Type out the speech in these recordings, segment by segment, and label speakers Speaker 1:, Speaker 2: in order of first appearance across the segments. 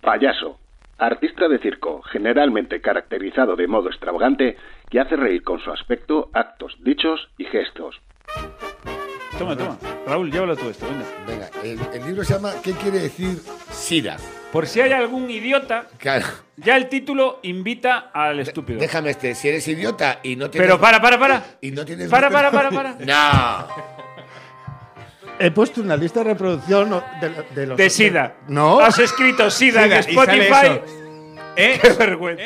Speaker 1: Payaso. Artista de circo, generalmente caracterizado de modo extravagante, que hace reír con su aspecto, actos, dichos y gestos.
Speaker 2: Toma, toma. Raúl, llévalo tú esto, venga.
Speaker 3: Venga, el, el libro se llama ¿Qué quiere decir SIDA?
Speaker 2: Por si hay algún idiota,
Speaker 3: Claro.
Speaker 2: ya el título invita al estúpido.
Speaker 3: Déjame este, si eres idiota y no tienes.
Speaker 2: Pero para, para, para.
Speaker 3: Y no tienes.
Speaker 2: Para, para, para, para.
Speaker 3: No.
Speaker 4: He puesto una lista de reproducción de, de los.
Speaker 2: De SIDA.
Speaker 4: No.
Speaker 2: Has escrito SIDA, en
Speaker 5: Siga, y sale
Speaker 2: Spotify.
Speaker 5: eso. Eh,
Speaker 2: Qué vergüenza.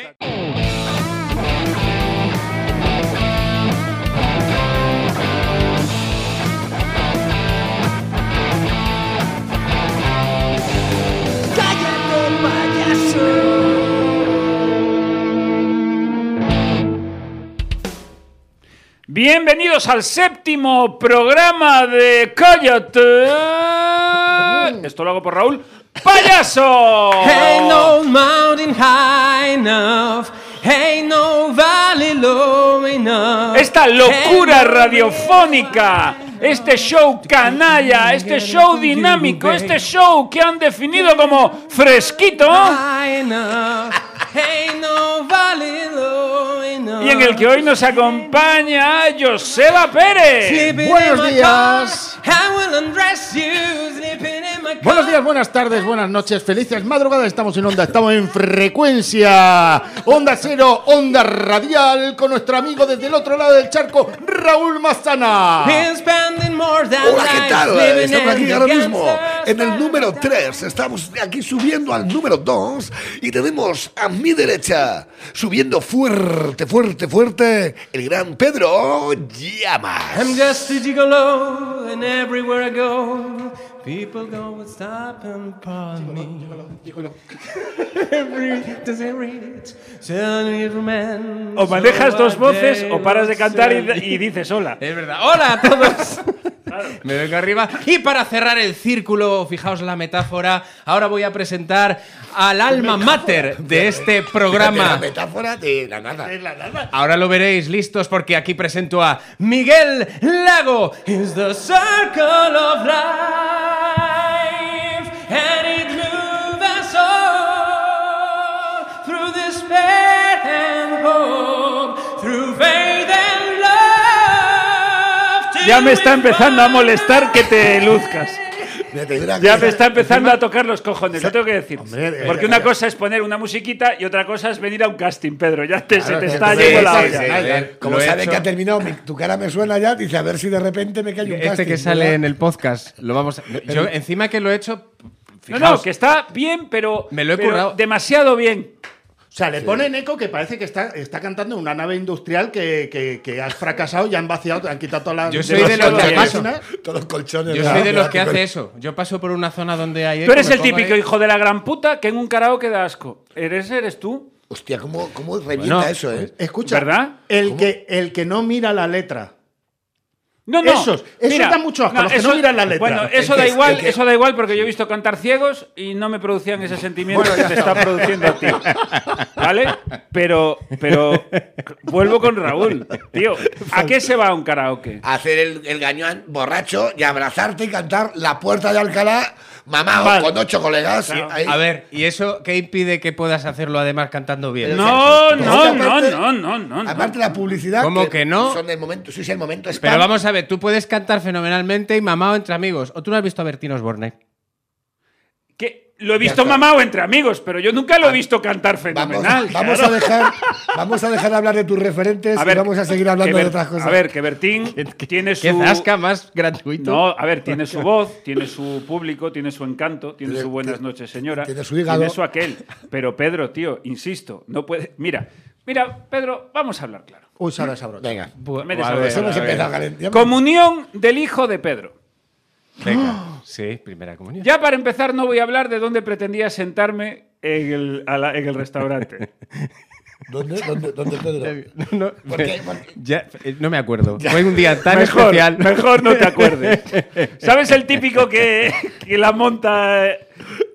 Speaker 2: Bienvenidos al séptimo programa de Cállate. Esto lo hago por Raúl. ¡Payaso!
Speaker 5: Ain't Mm. no mountain high enough. Ain't no valley low enough.
Speaker 2: Esta locura radiofónica, este show canalla, este show dinámico, este show que han definido como fresquito
Speaker 5: High enough. Ain't no valley low enough.
Speaker 2: y en el que hoy nos acompaña Joseba Pérez.
Speaker 5: Sleeping
Speaker 4: Buenos
Speaker 5: in my
Speaker 4: días.
Speaker 5: car, I will undress you. Sleeping in my car.
Speaker 4: Buenos días, buenas tardes, buenas noches, felices madrugadas. Estamos en onda, estamos en frecuencia. Onda cero, onda radial, con nuestro amigo desde el otro lado del charco, Raúl Mazana.
Speaker 5: Been spending more than
Speaker 6: Hola, ¿qué tal?
Speaker 5: life living
Speaker 6: Estamos aquí
Speaker 5: as a
Speaker 6: ahora mismo
Speaker 5: gangster.
Speaker 6: en el número 3. Estamos aquí subiendo al número 2 y tenemos a mi derecha, subiendo fuerte, fuerte, fuerte, el gran Pedro Llamas.
Speaker 5: I'm just a gigolo, and everywhere I go, people go and stop and pardon me. Every desert, sunny romance,
Speaker 2: O manejas
Speaker 5: so
Speaker 2: dos
Speaker 5: I
Speaker 2: voces
Speaker 5: dare
Speaker 2: o paras de
Speaker 5: to
Speaker 2: cantar y,
Speaker 5: say.
Speaker 2: y dices hola.
Speaker 5: Es verdad. ¡Hola a todos! Me vengo arriba. Y para cerrar el círculo, fijaos la metáfora, ahora voy a presentar al alma mater de este
Speaker 6: La
Speaker 5: programa.
Speaker 6: metáfora de la nada.
Speaker 5: Ahora lo veréis listos porque aquí presento a Miguel Lago. It's the circle of life and it moves us all through despair and hope, through faith and love. till
Speaker 2: Ya me
Speaker 5: we
Speaker 2: está empezando a
Speaker 5: find
Speaker 2: molestar que te luzcas.
Speaker 6: Mira, tendrá
Speaker 2: Ya
Speaker 6: que-
Speaker 2: me está empezando a tocar los cojones, lo tengo que decir.
Speaker 3: Hombre, eh,
Speaker 2: Porque
Speaker 3: eh,
Speaker 2: una
Speaker 3: eh.
Speaker 2: cosa es poner una musiquita y otra cosa es venir a un casting, Pedro. Ya te, se
Speaker 3: Claro,
Speaker 2: te
Speaker 3: sí,
Speaker 2: está
Speaker 3: sí,
Speaker 2: yendo la
Speaker 3: sí,
Speaker 2: olla.
Speaker 3: sí,
Speaker 5: A ver,
Speaker 3: sí. Como
Speaker 5: lo he
Speaker 3: sabe
Speaker 5: hecho.
Speaker 3: que ha terminado, mi- tu cara me suena ya, dice a ver si de repente me cae un
Speaker 5: Este
Speaker 3: casting,
Speaker 5: que sale
Speaker 3: ¿verdad?
Speaker 5: en el podcast, lo vamos a- Yo, encima que lo he hecho.
Speaker 2: No,
Speaker 5: Fijaos,
Speaker 2: no, que está bien, pero,
Speaker 5: Me lo he
Speaker 2: pero
Speaker 5: currado.
Speaker 2: demasiado bien.
Speaker 4: O sea, le ponen eco que parece que está, está cantando en una nave industrial que, que, que has fracasado, ya han vaciado, te han quitado todas las.
Speaker 5: Yo soy de los
Speaker 4: todas las
Speaker 5: que-
Speaker 4: máquinas.
Speaker 6: Todos los colchones.
Speaker 5: Yo
Speaker 6: ¿verdad?
Speaker 5: soy de los
Speaker 6: Mira,
Speaker 5: que
Speaker 6: tú
Speaker 5: hace eso. Yo paso por una zona donde hay.
Speaker 2: Tú eres
Speaker 5: eco, me
Speaker 2: el
Speaker 5: pongo
Speaker 2: típico
Speaker 5: ahí-
Speaker 2: hijo de la gran puta que en un karaoke da asco. Eres, eres tú,
Speaker 6: con- Hostia, ¿cómo, cómo revienta
Speaker 5: Bueno,
Speaker 6: eso, eh?
Speaker 4: Escucha,
Speaker 2: ¿Verdad?
Speaker 4: El que, el que no mira la letra.
Speaker 2: No, no.
Speaker 4: Esos, esos dan mucho asco, los que no miran la letra.
Speaker 2: Bueno, eso
Speaker 6: El
Speaker 2: da
Speaker 6: que-
Speaker 2: igual,
Speaker 6: el que-
Speaker 2: eso da igual porque yo he visto cantar ciegos y no me producían ese sentimiento
Speaker 6: Bueno,
Speaker 2: que
Speaker 6: ya
Speaker 2: te
Speaker 6: está.
Speaker 2: está produciendo a ti. ¿Vale? Pero, pero vuelvo con Raúl. Tío, ¿a qué se va un karaoke?
Speaker 6: Hacer el, el gañán borracho y abrazarte y cantar La Puerta de Alcalá, mamá,
Speaker 2: Vale.
Speaker 6: con ocho colegas.
Speaker 2: Claro.
Speaker 6: ahí.
Speaker 5: A ver, ¿y eso qué impide que puedas hacerlo además cantando bien?
Speaker 2: No, no,
Speaker 6: Aparte-
Speaker 2: no, no, no, no. no.
Speaker 6: Aparte la publicidad.
Speaker 5: ¿Cómo que no?
Speaker 6: Son el momento, sí, es el momento. spam.
Speaker 5: Pero vamos a ver, tú puedes cantar fenomenalmente y mamado entre amigos. ¿O tú no has visto a Bertín Osborne?
Speaker 2: Que lo he visto mamado entre amigos, pero yo nunca lo he visto cantar
Speaker 6: Vamos,
Speaker 2: fenomenal.
Speaker 6: vamos
Speaker 2: claro.
Speaker 6: a dejar, vamos a dejar de hablar de tus referentes y vamos a seguir hablando
Speaker 2: que
Speaker 6: de
Speaker 2: Ber-
Speaker 6: otras cosas.
Speaker 2: A ver, que Bertín tiene su.
Speaker 5: ¡Qué zasca más gratuito!
Speaker 2: No, a ver, tiene su voz, tiene su público, tiene su encanto, tiene su buenas noches, señora.
Speaker 6: tiene su hígado.
Speaker 2: Tiene su aquel. Pero Pedro, tío, insisto, no puede. Mira, mira, Pedro, vamos a hablar claro.
Speaker 3: Uy, sabes, sabroso.
Speaker 6: Venga, pues
Speaker 5: Bu-
Speaker 2: Metes
Speaker 5: a
Speaker 2: algo,
Speaker 5: ver,
Speaker 2: eso
Speaker 5: a
Speaker 6: hemos
Speaker 5: ver.
Speaker 6: empezado a calentar.
Speaker 2: Comunión del hijo de Pedro.
Speaker 5: Venga, sí, primera comunión.
Speaker 2: Ya para empezar, no voy a hablar de dónde pretendía sentarme en el, a la- en el restaurante.
Speaker 6: ¿Dónde, dónde, dónde, Pedro?
Speaker 5: No,
Speaker 6: ¿Por qué? ¿Por qué?
Speaker 5: ya, eh, no me acuerdo. Fue un día tan
Speaker 2: mejor,
Speaker 5: especial.
Speaker 2: mejor no te acuerdes. ¿Sabes el típico que, que la monta? eh,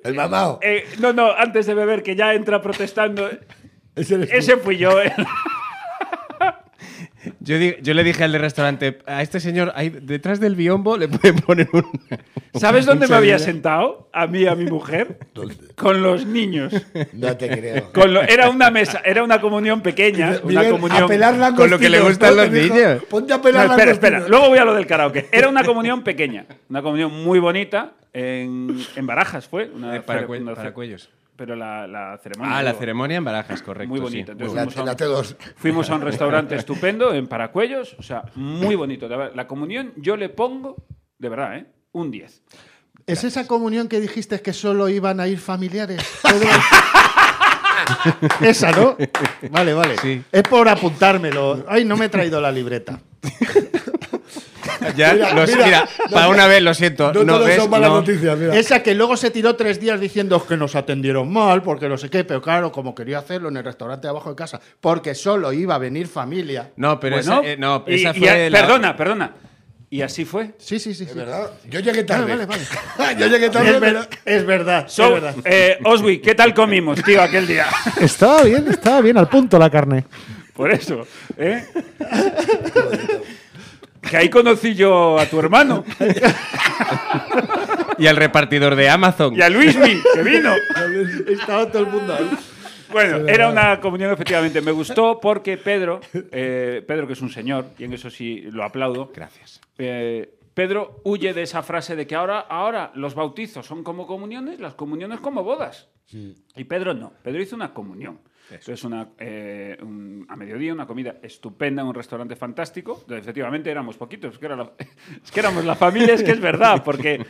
Speaker 6: El mamao.
Speaker 2: eh, no, no, antes de beber, que ya entra protestando.
Speaker 6: Ese eres tú.
Speaker 2: Ese fui yo. eh.
Speaker 5: Yo, di- yo le dije al del restaurante, a este señor, ahí detrás del biombo le pueden poner un...
Speaker 2: ¿Sabes dónde me había
Speaker 5: sentado?
Speaker 2: sentado? A mí, a mi mujer. Con los niños.
Speaker 6: No te creo.
Speaker 2: Con lo- era una mesa, era una comunión pequeña. Una
Speaker 3: Miguel,
Speaker 2: comunión.
Speaker 3: a pelar langostinos.
Speaker 5: con lo que le gustan
Speaker 3: ¿no?
Speaker 5: los
Speaker 3: Te dijo,
Speaker 5: niños.
Speaker 3: Ponte a pelar
Speaker 2: No, espera,
Speaker 3: langostinos.
Speaker 2: espera. Luego voy a lo del karaoke. Era una comunión pequeña. Una comunión muy bonita. En, en Barajas fue. Una
Speaker 5: Eh, para
Speaker 2: cere-
Speaker 5: cue-
Speaker 2: una ce-
Speaker 5: para cuellos.
Speaker 2: Pero la, la ceremonia.
Speaker 5: Ah, la
Speaker 2: luego.
Speaker 5: ceremonia en Barajas, correcto.
Speaker 2: Muy
Speaker 5: sí.
Speaker 2: bonita. Entonces,
Speaker 6: Pues La, la T2.
Speaker 2: Fuimos a un restaurante estupendo en Paracuellos, o sea, muy bonito. La, verdad, la comunión yo le pongo, de verdad, ¿eh? un 10.
Speaker 4: ¿Es esa comunión que dijiste que solo iban a ir familiares? Todo- esa, ¿no? Vale, vale.
Speaker 5: Sí.
Speaker 4: Es por apuntármelo. Ay, no me he traído la libreta.
Speaker 5: Ya,
Speaker 3: Mira,
Speaker 5: los-
Speaker 3: mira,
Speaker 5: mira,
Speaker 3: no,
Speaker 5: para
Speaker 3: mira,
Speaker 5: una vez, lo siento.
Speaker 3: No,
Speaker 5: No,
Speaker 3: todos
Speaker 5: ves,
Speaker 3: son malas
Speaker 5: no.
Speaker 3: noticias, mira.
Speaker 4: Esa que luego se tiró tres días diciendo "Es que nos atendieron mal, porque no sé qué, pero claro, como quería hacerlo en el restaurante de abajo de casa, porque solo iba a venir familia.
Speaker 5: No, pero
Speaker 2: Bueno,
Speaker 5: esa, eh, no,
Speaker 2: y-
Speaker 5: esa
Speaker 2: y
Speaker 5: fue
Speaker 2: a-
Speaker 5: la-
Speaker 2: Perdona, perdona. Y así fue.
Speaker 4: Sí, sí, sí. sí.
Speaker 6: Es verdad. Yo llegué tarde.
Speaker 4: Vale, vale,
Speaker 6: Yo llegué tarde.
Speaker 4: Es,
Speaker 6: pero-
Speaker 4: ver- es verdad,
Speaker 2: So,
Speaker 4: es verdad.
Speaker 2: eh, Oswi, ¿qué tal comimos, tío, aquel día?
Speaker 7: Estaba bien, estaba bien, al punto la carne.
Speaker 2: Por eso, ¿eh? Que ahí conocí yo a tu hermano
Speaker 5: Y al repartidor de Amazon.
Speaker 2: y a Luismi, que vino.
Speaker 4: Estaba todo el mundo ahí.
Speaker 2: Bueno, era una comunión efectivamente. Me gustó porque Pedro, eh, Pedro que es un señor, y en eso sí lo aplaudo.
Speaker 5: Gracias.
Speaker 2: eh, Pedro huye de esa frase de que ahora, ahora los bautizos son como comuniones, las comuniones como bodas. Y Pedro no. Pedro hizo una comunión. Entonces, una, eh, un- a mediodía, una comida estupenda en un restaurante fantástico. donde efectivamente éramos poquitos, es que, era la- es que éramos la familia, es que es verdad, porque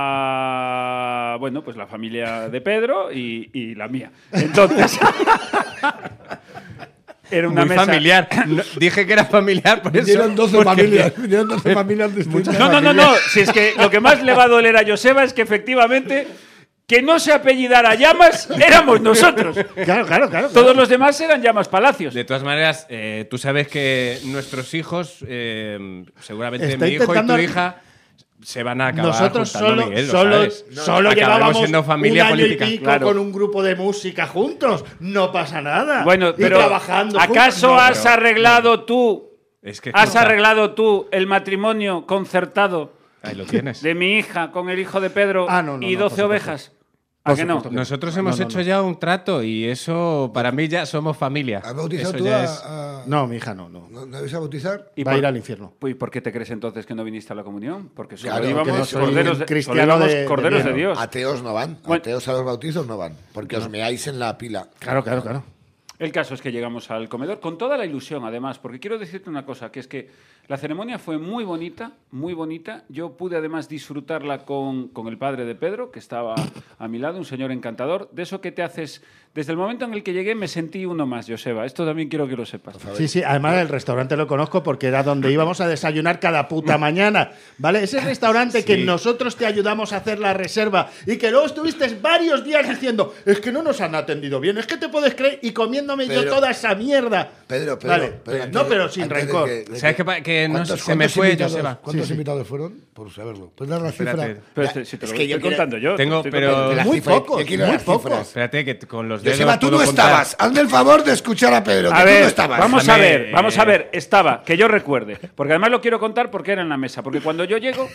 Speaker 2: estaba, bueno, pues la familia de Pedro y, y la mía. Entonces, era una
Speaker 5: Muy
Speaker 2: mesa
Speaker 5: familiar. No, dije que era familiar, por eso.
Speaker 3: Vinieron 12
Speaker 5: porque-
Speaker 3: familias. Vinieron 12 familias distintas.
Speaker 2: No, no, no, no. Si es que lo que más le va a doler a Joseba es que efectivamente que no se apellidara Llamas éramos nosotros.
Speaker 4: Claro, claro, claro.
Speaker 2: Todos los demás eran Llamas Palacios.
Speaker 5: De todas maneras, eh, tú sabes que nuestros hijos, eh, seguramente
Speaker 4: Está
Speaker 5: mi hijo y tu
Speaker 4: intentando-
Speaker 5: hija, se van a acabar
Speaker 4: Nosotros
Speaker 5: juntando,
Speaker 4: solo,
Speaker 5: Miguel, lo
Speaker 4: solo,
Speaker 5: sabes.
Speaker 4: solo
Speaker 5: Acabaremos
Speaker 4: llevábamos
Speaker 5: siendo familia
Speaker 4: un año
Speaker 5: política.
Speaker 4: y pico
Speaker 2: Claro.
Speaker 4: con un grupo de música juntos. No pasa nada.
Speaker 2: Bueno,
Speaker 4: Y
Speaker 2: pero
Speaker 4: trabajando
Speaker 2: ¿acaso
Speaker 4: juntos. No,
Speaker 2: has
Speaker 4: pero-
Speaker 2: arreglado tú
Speaker 5: Es que
Speaker 2: has arreglado tú el matrimonio concertado
Speaker 5: Ahí lo tienes.
Speaker 2: de mi hija con el hijo de Pedro
Speaker 4: Ah, no, no,
Speaker 2: y
Speaker 4: no, por
Speaker 2: 12
Speaker 4: supuesto.
Speaker 2: ovejas? ¿A que no?
Speaker 5: Nosotros hemos hecho ya un trato y eso para mí ya somos familia.
Speaker 6: ¿Has bautizado
Speaker 5: Eso
Speaker 6: tú
Speaker 5: ya
Speaker 6: a,
Speaker 5: es-
Speaker 6: a-
Speaker 4: No, mi hija no, no.
Speaker 6: ¿No, no vais a bautizar?
Speaker 2: ¿Y
Speaker 4: Va
Speaker 2: por-
Speaker 4: a ir al infierno.
Speaker 2: Pues, ¿Y por qué te crees entonces que no viniste a la comunión? Porque solo
Speaker 6: Claro,
Speaker 2: íbamos
Speaker 6: que no soy
Speaker 2: corderos de,
Speaker 4: cristiano
Speaker 2: solo íbamos
Speaker 4: de- de
Speaker 2: corderos de
Speaker 4: mierda.
Speaker 2: Dios.
Speaker 6: Ateos no van.
Speaker 2: Bueno.
Speaker 6: Ateos a los bautizos no van. Porque os meáis en la pila.
Speaker 4: Claro, claro, claro.
Speaker 2: El caso es que llegamos al comedor con toda la ilusión, además, porque quiero decirte una cosa, que es que la ceremonia fue muy bonita, muy bonita. Yo pude además disfrutarla con, con el padre de Pedro, que estaba a mi lado, un señor encantador. De eso que te haces, desde el momento en el que llegué me sentí uno más, Joseba. Esto también quiero que lo sepas.
Speaker 4: Sí, sí, además el restaurante lo conozco porque era donde íbamos a desayunar cada puta mañana, ¿vale? Ese restaurante que nosotros te ayudamos a hacer la reserva y que luego estuviste varios días diciendo, es que no nos han atendido bien, es que te puedes creer y comiéndome yo
Speaker 6: Pero-
Speaker 4: toda esa mierda.
Speaker 6: Pedro, Pedro.
Speaker 4: Vale,
Speaker 6: Pedro,
Speaker 4: pero-
Speaker 6: antes
Speaker 4: no,
Speaker 6: de-
Speaker 4: pero sin
Speaker 6: antes de
Speaker 4: rencor.
Speaker 6: que- de que-
Speaker 5: ¿Sabes qué pa- que no
Speaker 6: ¿Cuántos-
Speaker 5: se me
Speaker 6: cuántos
Speaker 5: fue,
Speaker 6: invitados-
Speaker 5: Joseba?
Speaker 6: ¿Cuántos
Speaker 4: Sí.
Speaker 6: invitados fueron? Por saberlo. ¿Puedes dar la
Speaker 5: Espérate.
Speaker 6: cifra?
Speaker 2: Pero
Speaker 6: Ya,
Speaker 2: este- si te lo
Speaker 6: es que
Speaker 2: estoy
Speaker 6: yo quiero-
Speaker 2: contando yo. te
Speaker 5: Tengo,
Speaker 2: estoy
Speaker 5: pero-
Speaker 2: contando.
Speaker 6: las
Speaker 4: Muy
Speaker 6: cifras,
Speaker 4: pocos,
Speaker 6: yo quiero
Speaker 4: muy
Speaker 6: las cifras.
Speaker 4: pocos.
Speaker 5: Espérate, que t- con los dedos.
Speaker 6: Joseba, tú
Speaker 5: puedo
Speaker 6: no
Speaker 5: contar.
Speaker 6: estabas. Hazme el favor de escuchar a Pedro.
Speaker 2: A
Speaker 6: que tú
Speaker 2: ver,
Speaker 6: no estabas.
Speaker 2: vamos a
Speaker 5: Déjame-
Speaker 2: ver, vamos a ver, estaba, que yo recuerde, porque además lo quiero contar porque era en la mesa, porque cuando yo llego,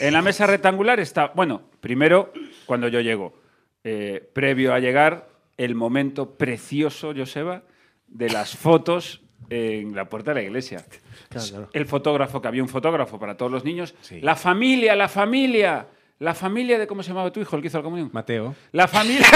Speaker 2: en la mesa rectangular está, bueno, primero, cuando yo llego, eh, previo a llegar, el momento precioso, Joseba, de las fotos en la puerta de la iglesia. El fotógrafo, que había un fotógrafo para todos los niños, la familia, la familia, la familia de, ¿cómo se llamaba tu hijo, el que hizo la comunión?
Speaker 5: Mateo.
Speaker 2: La familia...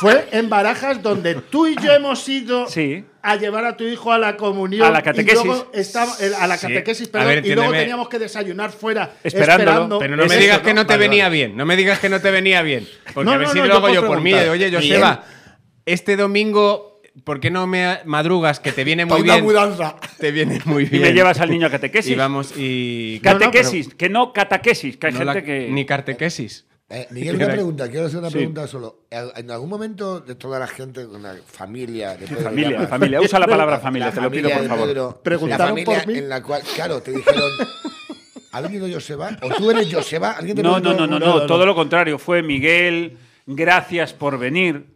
Speaker 4: Fue en Barajas donde tú y yo hemos ido
Speaker 2: Sí.
Speaker 4: a llevar a tu hijo a la comunión.
Speaker 2: A la catequesis.
Speaker 4: Y luego estaba- el- a la
Speaker 5: Sí.
Speaker 4: catequesis,
Speaker 5: A
Speaker 4: perdón,
Speaker 5: ver,
Speaker 4: y luego
Speaker 5: entiéndeme.
Speaker 4: teníamos que desayunar fuera.
Speaker 2: Esperándolo,
Speaker 4: esperando.
Speaker 5: Pero no
Speaker 2: Es
Speaker 5: me
Speaker 2: eso,
Speaker 5: digas que
Speaker 4: ¿no?
Speaker 5: no te
Speaker 4: Vale,
Speaker 5: venía
Speaker 4: vale.
Speaker 5: bien. No me digas que no te venía bien. Porque
Speaker 4: No,
Speaker 5: a ver
Speaker 4: no,
Speaker 5: si
Speaker 4: no,
Speaker 5: lo
Speaker 4: yo
Speaker 5: hago yo
Speaker 4: puedo
Speaker 5: por mí.
Speaker 4: preguntar.
Speaker 5: Oye, Joseba, este domingo, ¿por qué no me a- madrugas? Que te viene
Speaker 3: Para
Speaker 5: muy
Speaker 3: una
Speaker 5: bien.
Speaker 3: mudanza.
Speaker 5: Te viene muy
Speaker 2: Y
Speaker 5: bien.
Speaker 2: me llevas al niño a catequesis.
Speaker 5: Y vamos y.
Speaker 4: No, no, pero-
Speaker 2: Catequesis, que no cataquesis, que hay
Speaker 5: no la-
Speaker 2: gente que.
Speaker 5: Ni cartequesis.
Speaker 6: Eh, Miguel, una pregunta, quiero hacer una pregunta solo. ¿Al- ¿En algún momento de toda la gente, una familia de Pedro
Speaker 2: Familia,
Speaker 6: Llamas,
Speaker 2: familia, usa la palabra familia,
Speaker 6: la
Speaker 2: te lo pido
Speaker 6: familia
Speaker 2: por
Speaker 6: de
Speaker 2: favor.
Speaker 6: Pedro,
Speaker 4: Preguntaron
Speaker 6: la familia
Speaker 4: por mí.
Speaker 6: en la cual, claro, te dijeron, ¿ha venido Joseba? ¿O tú eres Joseba? ¿Alguien te
Speaker 2: No, no,
Speaker 6: preguntó?
Speaker 2: no, no, no, todo lo contrario. Fue Miguel, gracias por venir.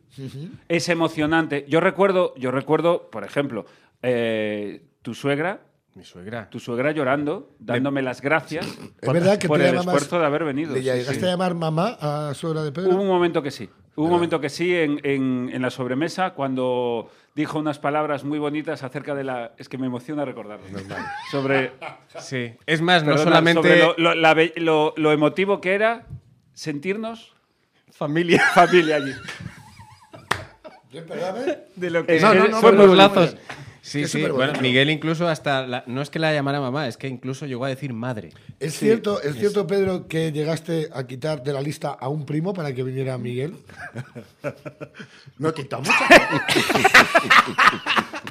Speaker 2: Es emocionante. Yo recuerdo, yo recuerdo, por ejemplo, eh, tu suegra,
Speaker 5: Mi suegra.
Speaker 2: tu suegra llorando, dándome las gracias
Speaker 3: Es verdad que
Speaker 2: por
Speaker 3: tú
Speaker 2: el
Speaker 3: llamabas-
Speaker 2: esfuerzo de haber venido.
Speaker 3: ¿Le
Speaker 2: sí,
Speaker 3: llegaste
Speaker 2: sí. Uh.
Speaker 3: a llamar mamá a suegra de Pedro?
Speaker 2: Hubo un momento que sí. Hubo un momento que sí en, en- en la sobremesa cuando dijo unas palabras muy bonitas acerca de la. Es que me emociona recordarlo. Sobre,
Speaker 5: Sí. Es más, no
Speaker 2: perdona,
Speaker 5: solamente Eh,
Speaker 2: sobre lo, lo- la be- lo- lo emotivo que era sentirnos
Speaker 5: familia.
Speaker 2: familia allí.
Speaker 5: De lo que
Speaker 2: Es que
Speaker 5: fue
Speaker 2: fue
Speaker 5: por
Speaker 2: muy
Speaker 5: lazos. Sí,
Speaker 6: Es
Speaker 5: sí.
Speaker 6: superbonito.
Speaker 5: Bueno, Miguel incluso hasta la- no es que la llamara mamá, es que incluso llegó a decir madre.
Speaker 3: ¿Es, cierto, ¿Es cierto, Pedro, que llegaste a quitar de la lista a un primo para que viniera Miguel?
Speaker 4: No he quitado mucho.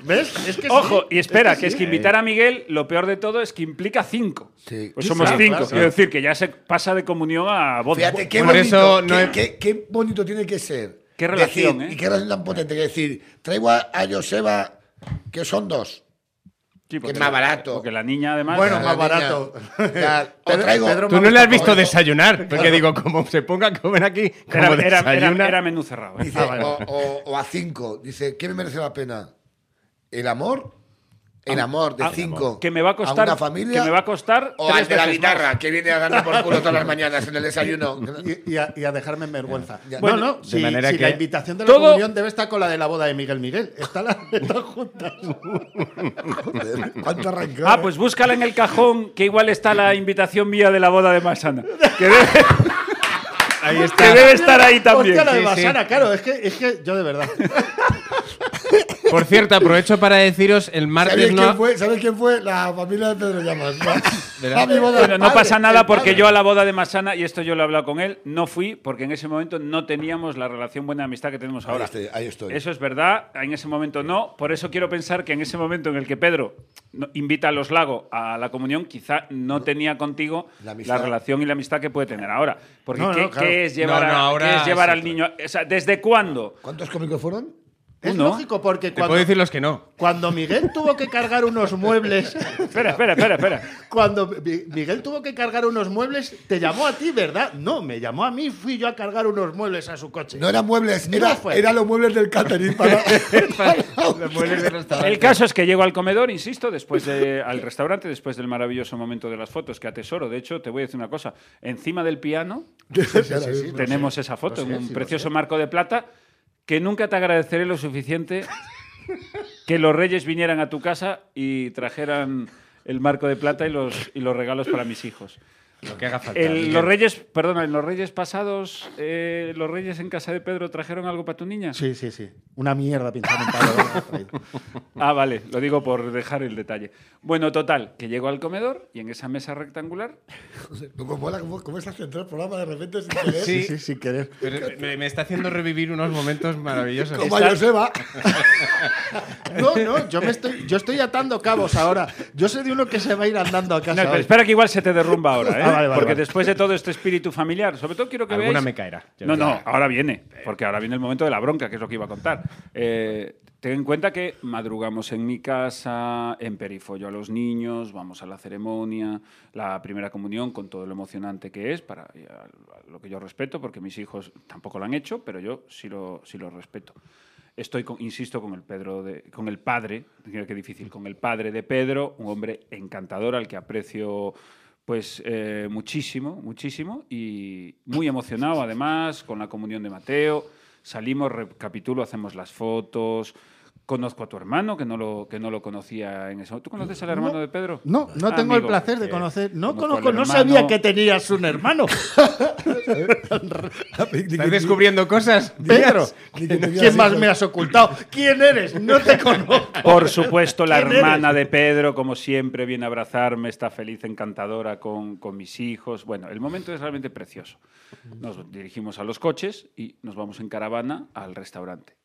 Speaker 4: ¿Ves? Es que sí.
Speaker 2: Ojo, y espera,
Speaker 4: que
Speaker 2: que es
Speaker 4: sí.
Speaker 6: eh.
Speaker 2: que invitar a Miguel, lo peor de todo es que implica cinco.
Speaker 6: Sí.
Speaker 2: Pues
Speaker 6: Sí,
Speaker 2: somos
Speaker 6: sí,
Speaker 2: cinco.
Speaker 6: claro,
Speaker 2: Quiero decir que ya se pasa de comunión a boda.
Speaker 6: Fíjate qué
Speaker 5: Por
Speaker 6: bonito,
Speaker 5: eso no
Speaker 6: qué,
Speaker 5: he-
Speaker 6: qué- qué bonito tiene que ser.
Speaker 2: Qué relación,
Speaker 6: Decir,
Speaker 2: ¿eh?
Speaker 6: Y qué relación tan potente que decir, traigo a, a Joseba, que son dos.
Speaker 2: Sí, porque-
Speaker 6: que es más barato.
Speaker 2: Porque Ah, la niña, además.
Speaker 4: Bueno,
Speaker 6: a la
Speaker 4: más
Speaker 6: niña,
Speaker 4: barato.
Speaker 6: tal, o
Speaker 4: Pedro-
Speaker 6: traigo,
Speaker 4: Pedro
Speaker 5: Tú no le has visto
Speaker 6: Claro.
Speaker 5: desayunar, porque digo, como se ponga a comer aquí, como
Speaker 2: era, era- era-
Speaker 5: desayuna.
Speaker 2: era menú cerrado. ¿eh?
Speaker 6: dice, o, o- o a cinco. Dice, ¿qué me merece la pena? ¿El amor? El amor de
Speaker 2: ah,
Speaker 6: cinco.
Speaker 2: Que me va a costar.
Speaker 6: una familia?
Speaker 2: que me va a costar.
Speaker 6: O
Speaker 2: tres
Speaker 6: al de la
Speaker 2: veces más.
Speaker 6: guitarra, que viene a darle por culo todas las mañanas en el desayuno.
Speaker 4: Y, y a, y a dejarme en vergüenza.
Speaker 6: Ya.
Speaker 4: No,
Speaker 6: Bueno,
Speaker 4: no,
Speaker 5: de
Speaker 4: si,
Speaker 5: manera
Speaker 4: si
Speaker 5: que-
Speaker 4: la invitación de la
Speaker 2: Todo-
Speaker 4: comunión debe estar con la de la boda de Miguel Miguel. Está la, están juntas.
Speaker 6: ¿Cuánto arrancó?
Speaker 2: Ah, pues búscala en el cajón, que igual está la invitación mía de la boda de Masana. Que debe,
Speaker 5: Ahí
Speaker 2: que
Speaker 5: está.
Speaker 2: debe estar ahí también.
Speaker 4: Hostia, la de
Speaker 5: sí, sí.
Speaker 4: Basana, claro, es que, es que yo de verdad.
Speaker 5: Por cierto, aprovecho para deciros, el
Speaker 3: ¿Sabes
Speaker 5: martes
Speaker 3: quién,
Speaker 5: no...
Speaker 3: fue, ¿Sabes quién fue? La familia de Pedro Llamas.
Speaker 5: ¿Verdad?
Speaker 3: A mi boda del
Speaker 2: Bueno, no
Speaker 3: padre,
Speaker 2: pasa nada
Speaker 3: del
Speaker 2: porque
Speaker 3: padre.
Speaker 2: yo a la boda de Masana, y esto yo lo he hablado con él, no fui porque en ese momento no teníamos la relación buena de amistad que tenemos ahora.
Speaker 6: Ahí estoy, ahí estoy.
Speaker 2: Eso es verdad, en ese momento no. Por eso quiero pensar que en ese momento en el que Pedro no- invita a los Lagos a la comunión, quizá no tenía contigo
Speaker 6: La
Speaker 2: la,
Speaker 6: amistad.
Speaker 2: relación y la amistad que puede tener ahora. Porque
Speaker 4: No, no,
Speaker 2: ¿qué,
Speaker 4: claro.
Speaker 2: qué es llevar,
Speaker 5: No, no,
Speaker 2: a-
Speaker 5: ahora
Speaker 2: qué es llevar
Speaker 5: es
Speaker 2: al
Speaker 5: otra.
Speaker 2: niño? O sea, ¿desde cuándo?
Speaker 6: ¿Cuántos cómicos fueron?
Speaker 4: Es
Speaker 2: Uno.
Speaker 4: lógico porque
Speaker 5: Te puedo
Speaker 4: cuando,
Speaker 5: decir los que no.
Speaker 4: cuando Miguel tuvo que cargar unos muebles.
Speaker 2: Espera, espera, espera, espera.
Speaker 4: Cuando Mi- Miguel tuvo que cargar unos muebles, te llamó a ti, ¿verdad? No, me llamó a mí, fui yo a cargar unos muebles a su coche.
Speaker 6: No eran muebles,
Speaker 4: No
Speaker 6: era,
Speaker 4: fue.
Speaker 6: era los muebles del catering para...
Speaker 2: El caso es que llego al comedor, insisto, después de, al restaurante, después del maravilloso momento de las fotos que atesoro. De hecho, te voy a decir una cosa. Encima del piano tenemos esa foto en un precioso marco de plata que nunca te agradeceré lo suficiente que los reyes vinieran a tu casa y trajeran el marco de plata y los, y los regalos para mis hijos.
Speaker 5: Lo que haga falta.
Speaker 2: El-
Speaker 5: Miguel.
Speaker 2: los reyes, perdona, en los reyes pasados, eh, los reyes en casa de Pedro trajeron algo para tu niña.
Speaker 4: Sí, sí, sí. Una mierda pensando
Speaker 2: Ah, vale, lo digo por dejar el detalle. Bueno, total, que llego al comedor y en esa mesa rectangular.
Speaker 3: Como mola, como, como estás en todo el programa de repente sin querer.
Speaker 5: Sí,
Speaker 4: Sí, sin querer.
Speaker 5: pero me, me está haciendo revivir unos momentos maravillosos.
Speaker 3: Como a Joseba.
Speaker 4: No, no, yo, me estoy, yo estoy atando cabos ahora. Yo sé de uno que se va a ir andando a
Speaker 2: No,
Speaker 4: casa.
Speaker 2: espera,
Speaker 4: hoy.
Speaker 2: espera que igual se te derrumba ahora, ¿eh?
Speaker 4: Ah, vale, vale,
Speaker 2: Porque
Speaker 4: vale.
Speaker 2: después de todo este espíritu familiar, sobre todo quiero que
Speaker 5: Alguna
Speaker 2: veáis-
Speaker 5: me caerá. Ya
Speaker 2: No,
Speaker 5: verás.
Speaker 2: no, ahora viene, porque ahora viene el momento de la bronca, que es lo que iba a contar. Eh, ten en cuenta que madrugamos en mi casa, en perifollo a los niños, vamos a la ceremonia, la primera comunión, con todo lo emocionante que es, para y a- a lo que yo respeto, porque mis hijos tampoco lo han hecho, pero yo sí lo, sí lo respeto. Estoy, con- insisto, con el Pedro, de- con el padre, mira qué difícil, con el padre de Pedro, un hombre encantador al que aprecio pues eh, muchísimo, muchísimo y muy emocionado además con la comunión de Mateo. Salimos, recapitulo, hacemos las fotos. Conozco a tu hermano, que no lo, que no lo conocía en eso. ¿Tú conoces al hermano de Pedro?
Speaker 4: No, no tengo el
Speaker 2: Amigo.
Speaker 4: placer de
Speaker 2: Eh,
Speaker 4: conocer. No
Speaker 2: conozco al
Speaker 4: conozco, no
Speaker 2: hermano.
Speaker 4: sabía que tenías un hermano.
Speaker 5: ¿Estás descubriendo cosas?
Speaker 4: Pedro,
Speaker 5: mías?
Speaker 4: ¿quién más me has ocultado? ¿Quién eres? No te conozco.
Speaker 2: Por supuesto, la
Speaker 4: ¿Quién eres?
Speaker 2: hermana de Pedro, como siempre, viene a abrazarme, está feliz, encantadora con, con mis hijos. Bueno, el momento es realmente precioso. Nos dirigimos a los coches y nos vamos en caravana al restaurante.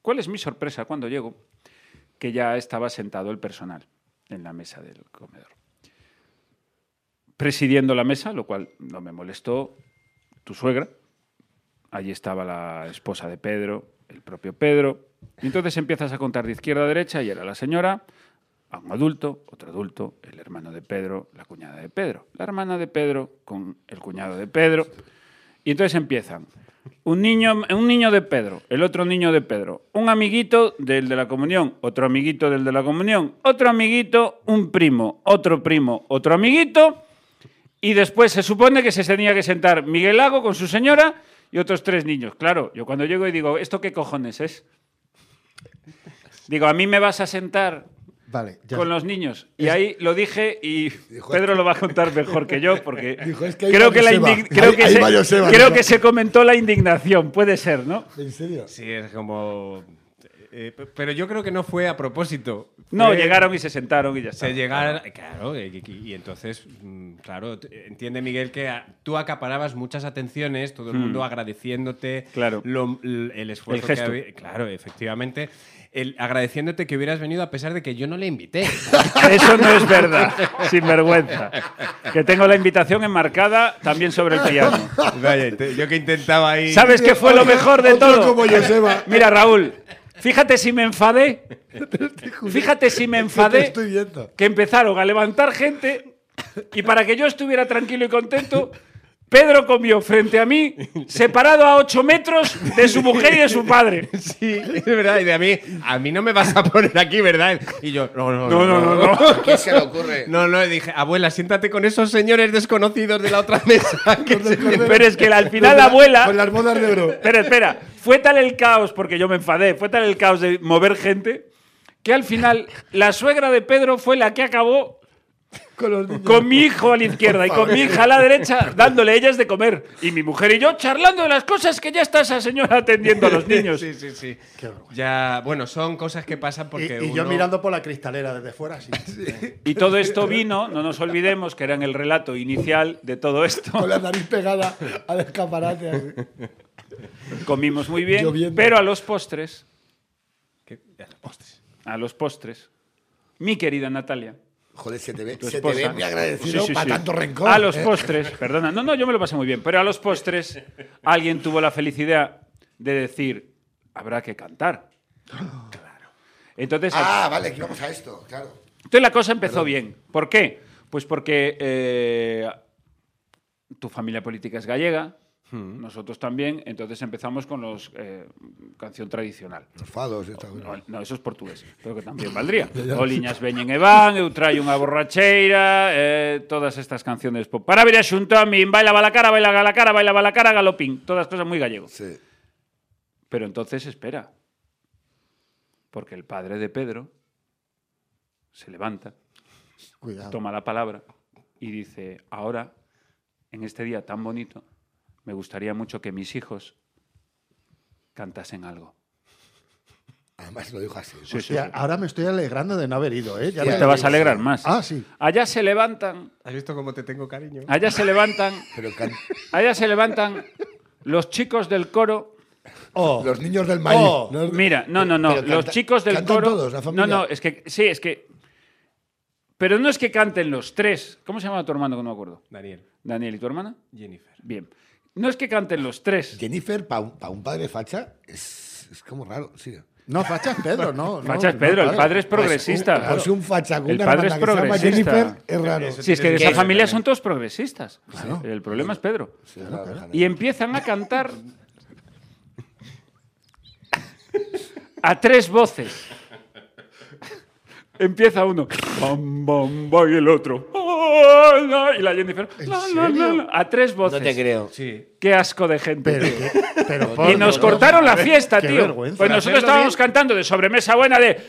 Speaker 2: ¿Cuál es mi sorpresa cuando llego? Que ya estaba sentado el personal en la mesa del comedor. Presidiendo la mesa, lo cual no me molestó, tu suegra. Allí estaba la esposa de Pedro, el propio Pedro. Y entonces empiezas a contar de izquierda a derecha y era la señora, a un adulto, otro adulto, el hermano de Pedro, la cuñada de Pedro, la hermana de Pedro con el cuñado de Pedro. Y entonces empiezan. Un niño, un niño de Pedro, el otro niño de Pedro, un amiguito del de la comunión, otro amiguito del de la comunión, otro amiguito, un primo, otro primo, otro amiguito, y después se supone que se tenía que sentar Miguel Lago con su señora y otros tres niños. Claro, yo cuando llego y digo, ¿esto qué cojones es? Digo, ¿a mí me vas a sentar
Speaker 3: Vale, ya.
Speaker 2: con los niños? Y ahí lo dije y Pedro lo va a contar mejor que yo porque
Speaker 3: Dijo, "Es que hay
Speaker 2: creo que
Speaker 3: varios
Speaker 2: la
Speaker 3: Eva,
Speaker 2: indig- creo
Speaker 6: hay-
Speaker 2: que
Speaker 6: hay
Speaker 2: se-
Speaker 6: varios Eva".
Speaker 2: creo que se comentó la indignación, puede ser, ¿no?
Speaker 3: ¿En serio?
Speaker 5: Sí, es como. eh, pe- pero yo creo que no fue a propósito.
Speaker 2: No,
Speaker 3: Eh,
Speaker 5: Fue-
Speaker 2: llegaron y se sentaron y ya está.
Speaker 5: Se llegaron. Claro, y, y- y entonces, mm, claro, t- entiende Miguel que a- tú acaparabas muchas atenciones, todo el mundo agradeciéndote
Speaker 2: Claro.
Speaker 5: lo- l- Hmm. el esfuerzo
Speaker 2: El gesto.
Speaker 5: que había- Claro, efectivamente. el- agradeciéndote que hubieras venido a pesar de que yo no le invité.
Speaker 2: Eso no es verdad, sin vergüenza. Que tengo la invitación enmarcada también sobre el piano.
Speaker 5: Vaya, te- yo que intentaba ahí.
Speaker 2: ¿Sabes qué fue lo mejor de
Speaker 3: Otro
Speaker 2: todo?
Speaker 3: como Joseba.
Speaker 2: Mira, Raúl, fíjate si me enfadé. Fíjate si me
Speaker 3: Es que te
Speaker 2: enfadé
Speaker 3: estoy viendo.
Speaker 2: que empezaron a levantar gente y para que yo estuviera tranquilo y contento, Pedro comió frente a mí, separado a 8 metros de su mujer y de su padre.
Speaker 5: Sí, es verdad. Y de a mí, a mí no me vas a poner aquí, ¿verdad? Y yo,
Speaker 2: No, no, no, no.
Speaker 6: ¿A quién se le ocurre?
Speaker 5: No, no, dije, abuela, siéntate con esos señores desconocidos de la otra mesa. que se-
Speaker 2: Pero es que al final la
Speaker 3: Con
Speaker 2: abuela.
Speaker 3: las bodas de oro.
Speaker 2: Espera, espera. Fue tal el caos, porque yo me enfadé, fue tal el caos de mover gente, que al final la suegra de Pedro fue la que acabó
Speaker 3: Con los niños.
Speaker 2: con mi hijo a la izquierda y con mi hija a la derecha, dándole ellas de comer. Y mi mujer y yo charlando de las cosas que ya está esa señora atendiendo a los niños.
Speaker 5: Sí, sí, sí. Ya, bueno, son cosas que pasan
Speaker 4: Y,
Speaker 5: porque
Speaker 4: y yo
Speaker 5: uno-
Speaker 4: mirando por la cristalera desde fuera, así.
Speaker 2: Y todo esto vino, no nos olvidemos, que era en el relato inicial de todo esto.
Speaker 3: Con la nariz pegada al escaparate. así.
Speaker 2: Comimos muy bien,
Speaker 3: Lloviendo.
Speaker 2: pero a los postres,
Speaker 5: ¿Qué? Ya, Ostras.
Speaker 2: a los postres, mi querida Natalia,
Speaker 6: Joder, se te ve,
Speaker 2: tu
Speaker 6: se te
Speaker 2: esposa.
Speaker 6: ve muy agradecido
Speaker 2: Sí, sí,
Speaker 6: para
Speaker 2: sí.
Speaker 6: tanto rencor.
Speaker 2: A los
Speaker 6: ¿eh?
Speaker 2: postres, perdona, no, no, yo me lo pasé muy bien, pero a los postres alguien tuvo la felicidad de decir, habrá que cantar. Entonces,
Speaker 6: Ah, vale, que vamos a esto, claro.
Speaker 2: entonces la cosa empezó bien. ¿Por qué? Pues porque eh, tu familia política es gallega,
Speaker 6: Hmm.
Speaker 2: nosotros también, entonces empezamos con los eh, canción tradicional.
Speaker 6: Los fados, esta cosa.
Speaker 2: No, no, eso es portugués, pero que también valdría. Oliñas veñen e van, eu traio unha borracheira, eh, todas estas canciones pop. Para ver a xunto a min, baila bala cara, baila gala cara, baila bala cara, galopín. Todas cosas muy gallegos.
Speaker 6: Sí.
Speaker 2: Pero entonces espera. Porque el padre de Pedro se levanta,
Speaker 3: Cuidado.
Speaker 2: toma la palabra y dice, ahora, en este día tan bonito, me gustaría mucho que mis hijos cantasen algo.
Speaker 6: Además lo dijo así.
Speaker 2: Sí, sí,
Speaker 4: Hostia,
Speaker 2: sí.
Speaker 4: ahora me estoy alegrando de no haber ido, ¿eh? Ya
Speaker 6: Hostia,
Speaker 4: me-
Speaker 2: Te vas a alegrar más.
Speaker 4: Ah, sí.
Speaker 2: Allá se levantan
Speaker 5: ¿Has visto cómo te tengo cariño?
Speaker 8: Ah.
Speaker 2: Allá se levantan,
Speaker 6: Pero can-
Speaker 2: allá se levantan los chicos del coro.
Speaker 4: Oh,
Speaker 6: los niños del maíz.
Speaker 4: Oh.
Speaker 6: ¿no?
Speaker 2: Mira, no, no, no,
Speaker 6: Pero canta-
Speaker 2: los chicos del
Speaker 6: cantan
Speaker 2: coro.
Speaker 6: todos, la
Speaker 2: no,
Speaker 6: familia.
Speaker 2: no, es que sí, es que pero no es que canten los tres. ¿Cómo se llama tu hermano que no me acuerdo?
Speaker 5: Daniel,
Speaker 2: Daniel y tu hermana?
Speaker 5: Jennifer.
Speaker 2: Bien. No es que canten los tres.
Speaker 6: Jennifer, para un, pa un padre facha, es, es como raro. Sí.
Speaker 4: no, Fachas Pedro, no. no,
Speaker 2: Fachas
Speaker 4: no,
Speaker 2: Pedro, el
Speaker 4: claro.
Speaker 2: padre es progresista.
Speaker 3: Pues un facha con
Speaker 2: El
Speaker 3: una
Speaker 2: padre
Speaker 3: hermana
Speaker 2: es
Speaker 3: que se llama
Speaker 2: progresista.
Speaker 3: Jennifer es raro.
Speaker 5: Eso
Speaker 2: Si es que de
Speaker 5: tienes
Speaker 2: esa
Speaker 5: ver
Speaker 2: familia son
Speaker 5: también.
Speaker 2: todos progresistas. El problema es Pedro.
Speaker 6: Sí, raro, raro.
Speaker 2: Y empiezan a cantar a tres voces. Empieza uno bam, bam, bam, y el otro "Ah, la", y la Jennifer la, la, la, la, a tres voces.
Speaker 8: creo.
Speaker 5: Sí.
Speaker 2: Qué asco de gente.
Speaker 4: Pero, que- pero
Speaker 2: y
Speaker 4: por
Speaker 2: nos
Speaker 4: Dios.
Speaker 2: cortaron la fiesta,
Speaker 4: Qué
Speaker 2: tío.
Speaker 4: vergüenza.
Speaker 2: Pues nosotros
Speaker 5: hacerlo
Speaker 2: estábamos
Speaker 5: bien.
Speaker 2: cantando de sobremesa buena de "Eh,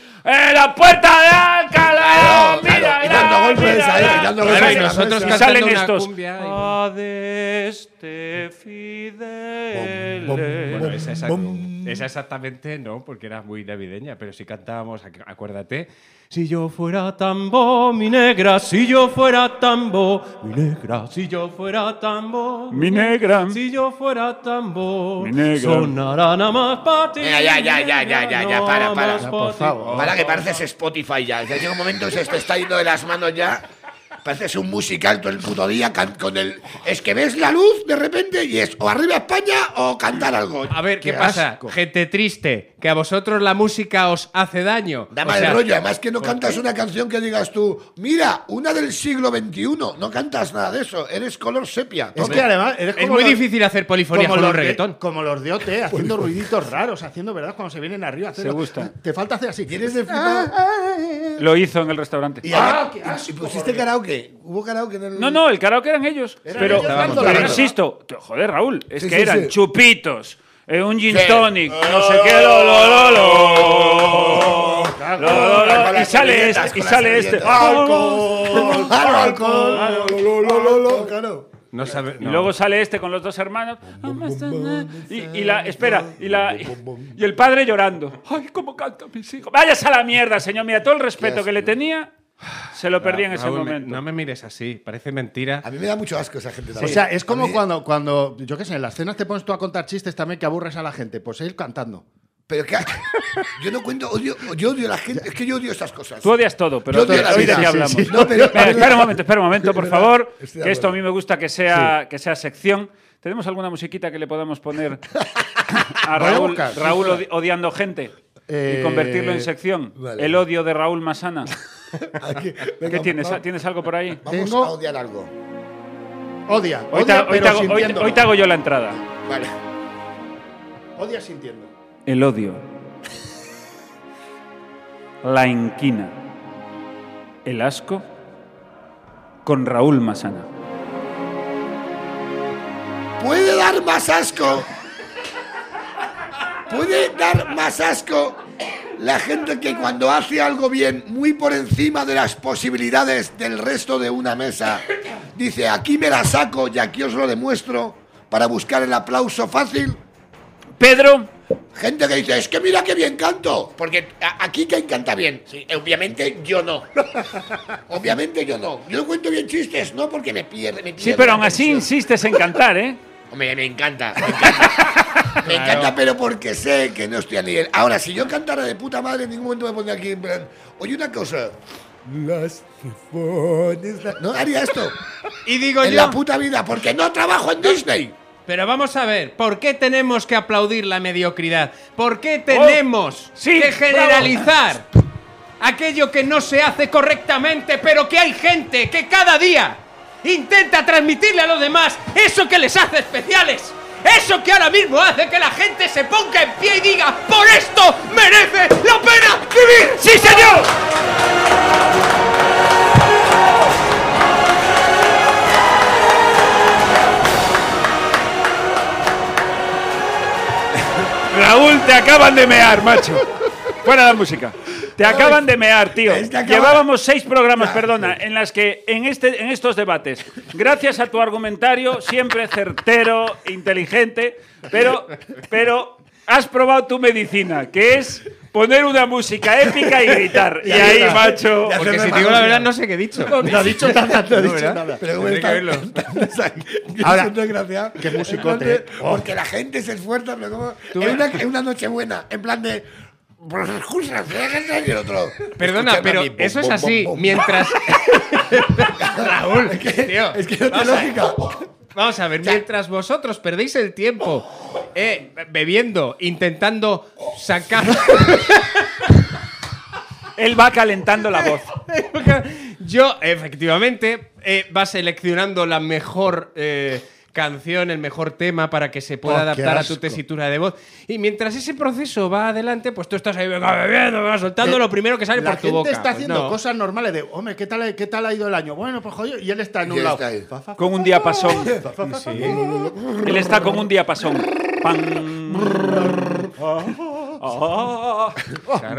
Speaker 2: la puerta de Alcalá.
Speaker 6: Claro,
Speaker 2: mira,
Speaker 6: claro, y
Speaker 2: mira,
Speaker 6: dando golpes
Speaker 2: mira,
Speaker 6: ahí,
Speaker 2: mira".
Speaker 6: y dando
Speaker 5: golpes
Speaker 2: Claro,
Speaker 5: en
Speaker 2: y
Speaker 5: la
Speaker 2: nosotros
Speaker 5: mesa.
Speaker 2: salen
Speaker 5: Cantando una
Speaker 2: estos.
Speaker 5: cumbia y-
Speaker 2: Adeste Fidel.
Speaker 8: Eh,
Speaker 5: Bueno, esa, esa- esa exactamente no, porque era muy navideña, pero si cantábamos, ac- acuérdate. Si yo fuera tambo, mi negra, si yo fuera tambo, mi negra, si yo fuera tambo,
Speaker 2: Mi negra.
Speaker 5: Si yo fuera tambo,
Speaker 2: Mi negra.
Speaker 5: sonará nada más para ti.
Speaker 8: Venga, ya, ya, ya, ya, ya, ya,
Speaker 5: nada
Speaker 8: para, para.
Speaker 5: más
Speaker 8: Ya,
Speaker 4: por
Speaker 5: pa' ti.
Speaker 4: favor.
Speaker 6: Para que pareces Spotify ya. Ya llega un momento que se te está yendo de las manos ya. Pareces un musical todo el puto día can- con el... Es que ves la luz de repente y es o arriba España o cantar algo.
Speaker 5: A ver, ¿qué,
Speaker 6: Qué
Speaker 5: pasa?
Speaker 6: asco.
Speaker 5: Gente triste, que a vosotros la música os hace daño.
Speaker 6: Da
Speaker 5: O
Speaker 6: mal
Speaker 5: sea,
Speaker 6: rollo, además que no cantas una canción que digas tú, mira, una del siglo XXI, no cantas nada de eso, eres color sepia.
Speaker 4: Es
Speaker 6: toma.
Speaker 4: que además eres
Speaker 5: Es
Speaker 4: como
Speaker 5: muy
Speaker 4: los-
Speaker 5: difícil hacer polifonía
Speaker 4: como
Speaker 5: con
Speaker 4: los
Speaker 5: un
Speaker 4: de-
Speaker 5: reggaetón.
Speaker 4: como los de OT, haciendo ruiditos raros, haciendo verdad cuando se vienen arriba. hacerlo.
Speaker 2: Pues Se gusta.
Speaker 4: Te falta hacer así.
Speaker 6: Tienes de flipar.
Speaker 2: Lo hizo en el restaurante.
Speaker 6: Y,
Speaker 4: Ah, qué
Speaker 6: y-
Speaker 4: asco,
Speaker 6: y pusiste karaoke. Hubo karaoke en el.
Speaker 2: No, no, el karaoke eran ellos.
Speaker 4: Eran
Speaker 2: pero,
Speaker 4: ellos dando
Speaker 2: pero
Speaker 4: la
Speaker 2: insisto, t- joder, Raúl, es
Speaker 6: Sí,
Speaker 2: que
Speaker 6: sí,
Speaker 2: eran
Speaker 6: sí.
Speaker 2: chupitos, eh, un gin tonic, no sé qué, lo, lo, lo, lo. Lo, lo, lo, y
Speaker 6: Con las
Speaker 2: sale
Speaker 6: servilletas,
Speaker 2: este, y
Speaker 6: con
Speaker 2: sale
Speaker 6: las
Speaker 2: este.
Speaker 6: servilletas.
Speaker 2: alcohol,
Speaker 6: Lo, lo, lo, lo, lo, claro.
Speaker 5: No sabe-
Speaker 2: Y
Speaker 5: no.
Speaker 2: luego sale este con los dos hermanos. Y, y la, espera, y, la, y el padre llorando. Ay, cómo cantan mis hijos. Vayas a la mierda, señor. Mira, todo el respeto que le tenía, se lo perdí en ese
Speaker 5: Ah, Raúl, me-
Speaker 2: momento.
Speaker 5: no me mires así, parece mentira.
Speaker 6: A mí me da mucho asco esa gente.
Speaker 4: O sea, es como cuando, cuando, yo qué sé, en las cenas te pones tú a contar chistes también que aburres a la gente. Pues ir cantando.
Speaker 6: Pero que. Yo no cuento, odio, yo odio a la gente. Es que yo odio estas cosas.
Speaker 2: Tú odias todo, pero
Speaker 6: Yo
Speaker 2: hoy
Speaker 6: odio la
Speaker 2: hoy de
Speaker 6: vida,
Speaker 2: qué
Speaker 6: sí,
Speaker 2: hablamos.
Speaker 6: sí. No, pero-
Speaker 2: Espera, espera un momento, espera un momento, por
Speaker 6: verdad,
Speaker 2: favor.
Speaker 6: estoy de
Speaker 2: Que esto a mí
Speaker 6: acuerdo.
Speaker 2: me gusta que sea, que sea sección. ¿Tenemos alguna musiquita que le podamos poner a
Speaker 4: Voy a
Speaker 2: Raúl,
Speaker 4: buscar, sí,
Speaker 2: Raúl
Speaker 4: espera.
Speaker 2: odi- odiando gente?
Speaker 4: Eh,
Speaker 2: y convertirlo en sección.
Speaker 6: vale.
Speaker 2: El odio de Raúl Masana.
Speaker 6: Aquí, venga,
Speaker 2: ¿Qué tienes?
Speaker 6: va-
Speaker 2: ¿Tienes algo por ahí?
Speaker 6: Vamos
Speaker 4: Tengo-
Speaker 6: a odiar algo.
Speaker 4: Odia.
Speaker 2: Hoy te,
Speaker 4: odia,
Speaker 2: hoy te
Speaker 4: pero
Speaker 2: hago, hoy-
Speaker 4: sintiéndolo.
Speaker 2: hoy te hago yo la entrada.
Speaker 6: Vale.
Speaker 4: Odia sintiendo.
Speaker 2: El odio. La inquina. El asco. Con Raúl Masana.
Speaker 6: Puede dar más asco. Puede dar más asco la gente que cuando hace algo bien, muy por encima de las posibilidades del resto de una mesa, dice, aquí me la saco y aquí os lo demuestro para buscar el aplauso fácil.
Speaker 2: Pedro.
Speaker 6: Gente que dice, es que mira qué bien canto. Porque a- aquí que canta bien. Sí, eh, obviamente yo no. obviamente yo no. Yo no cuento bien chistes, no porque me pierde. me
Speaker 2: Sí,
Speaker 6: pierde
Speaker 2: pero
Speaker 6: la
Speaker 2: aún así
Speaker 6: atención.
Speaker 2: insistes en cantar, ¿eh?
Speaker 8: Hombre, me encanta.
Speaker 6: Me encanta, pero porque sé que no estoy a nivel. Ahora, si yo cantara de puta madre, en ningún momento me pondría aquí en plan. Oye, una cosa. Las cefones. la-". No haría esto.
Speaker 5: Y digo
Speaker 6: en
Speaker 5: yo,
Speaker 6: la puta vida, porque no trabajo en Disney.
Speaker 5: pero vamos a ver, ¿por qué tenemos que aplaudir la mediocridad? ¿Por qué tenemos
Speaker 2: sí,
Speaker 5: que generalizar aquello que no se hace correctamente, pero que hay gente que cada día intenta transmitirle a los demás eso que les hace especiales? Eso que ahora mismo hace que la gente se ponga en pie y diga, por esto merece la pena vivir. ¡Sí, señor!
Speaker 2: Raúl, te acaban de mear, macho. Fuera la música. Te acaban de mear, tío.
Speaker 6: Es que acaba-
Speaker 2: Llevábamos seis programas, perdona, en las que en este, en estos debates, gracias a tu argumentario, siempre certero, inteligente, pero, pero has probado tu medicina, que es poner una música épica y gritar. Y ahí, macho.
Speaker 6: Ya
Speaker 5: Porque
Speaker 6: se
Speaker 5: si
Speaker 6: me
Speaker 5: te digo la
Speaker 6: paró,
Speaker 5: verdad,
Speaker 6: ya.
Speaker 5: no sé qué he dicho.
Speaker 4: No ha dicho nada, no ha dicho
Speaker 5: ¿verdad?
Speaker 4: nada.
Speaker 6: Pero
Speaker 5: Tendré que verlo.
Speaker 4: Ahora,
Speaker 6: Ahora, desgraciado.
Speaker 4: qué musicote,
Speaker 6: Entonces,
Speaker 4: eh. Oh.
Speaker 6: Porque la gente se esfuerza, pero como. Es una, es una noche buena, en plan de. "Pues, y el otro.
Speaker 5: Perdona,
Speaker 6: Escuchadme
Speaker 5: pero
Speaker 6: a mí, bom,
Speaker 5: eso es
Speaker 6: bom,
Speaker 5: así.
Speaker 6: bom, bom.
Speaker 5: Mientras. Raúl, tío.
Speaker 6: Es que no tiene
Speaker 5: vamos, a,
Speaker 6: lógica.
Speaker 5: vamos a ver, mientras vosotros perdéis el tiempo eh, bebiendo, intentando sacar.
Speaker 2: Él va calentando la voz.
Speaker 5: Yo, efectivamente, eh, va seleccionando la mejor. eh, canción, el mejor tema para que se pueda
Speaker 4: Oh, qué
Speaker 5: adaptar a tu
Speaker 4: asco.
Speaker 5: tesitura de voz. Y mientras ese proceso va adelante, pues tú estás ahí venga, bebiendo, venga, soltando
Speaker 4: Eh,
Speaker 5: lo primero que sale
Speaker 4: la
Speaker 5: por tu
Speaker 4: gente
Speaker 5: boca.
Speaker 4: está
Speaker 5: Pues
Speaker 4: haciendo
Speaker 5: no.
Speaker 4: cosas normales de, hombre, ¿qué tal, ¿qué tal ha ido el año? Bueno, pues jodido. Y él está en
Speaker 6: Y
Speaker 4: un
Speaker 6: él
Speaker 4: lado.
Speaker 6: está ahí.
Speaker 4: Fa, fa, fa,
Speaker 2: Con un diapasón. Él está con un diapasón. Pan. Ah,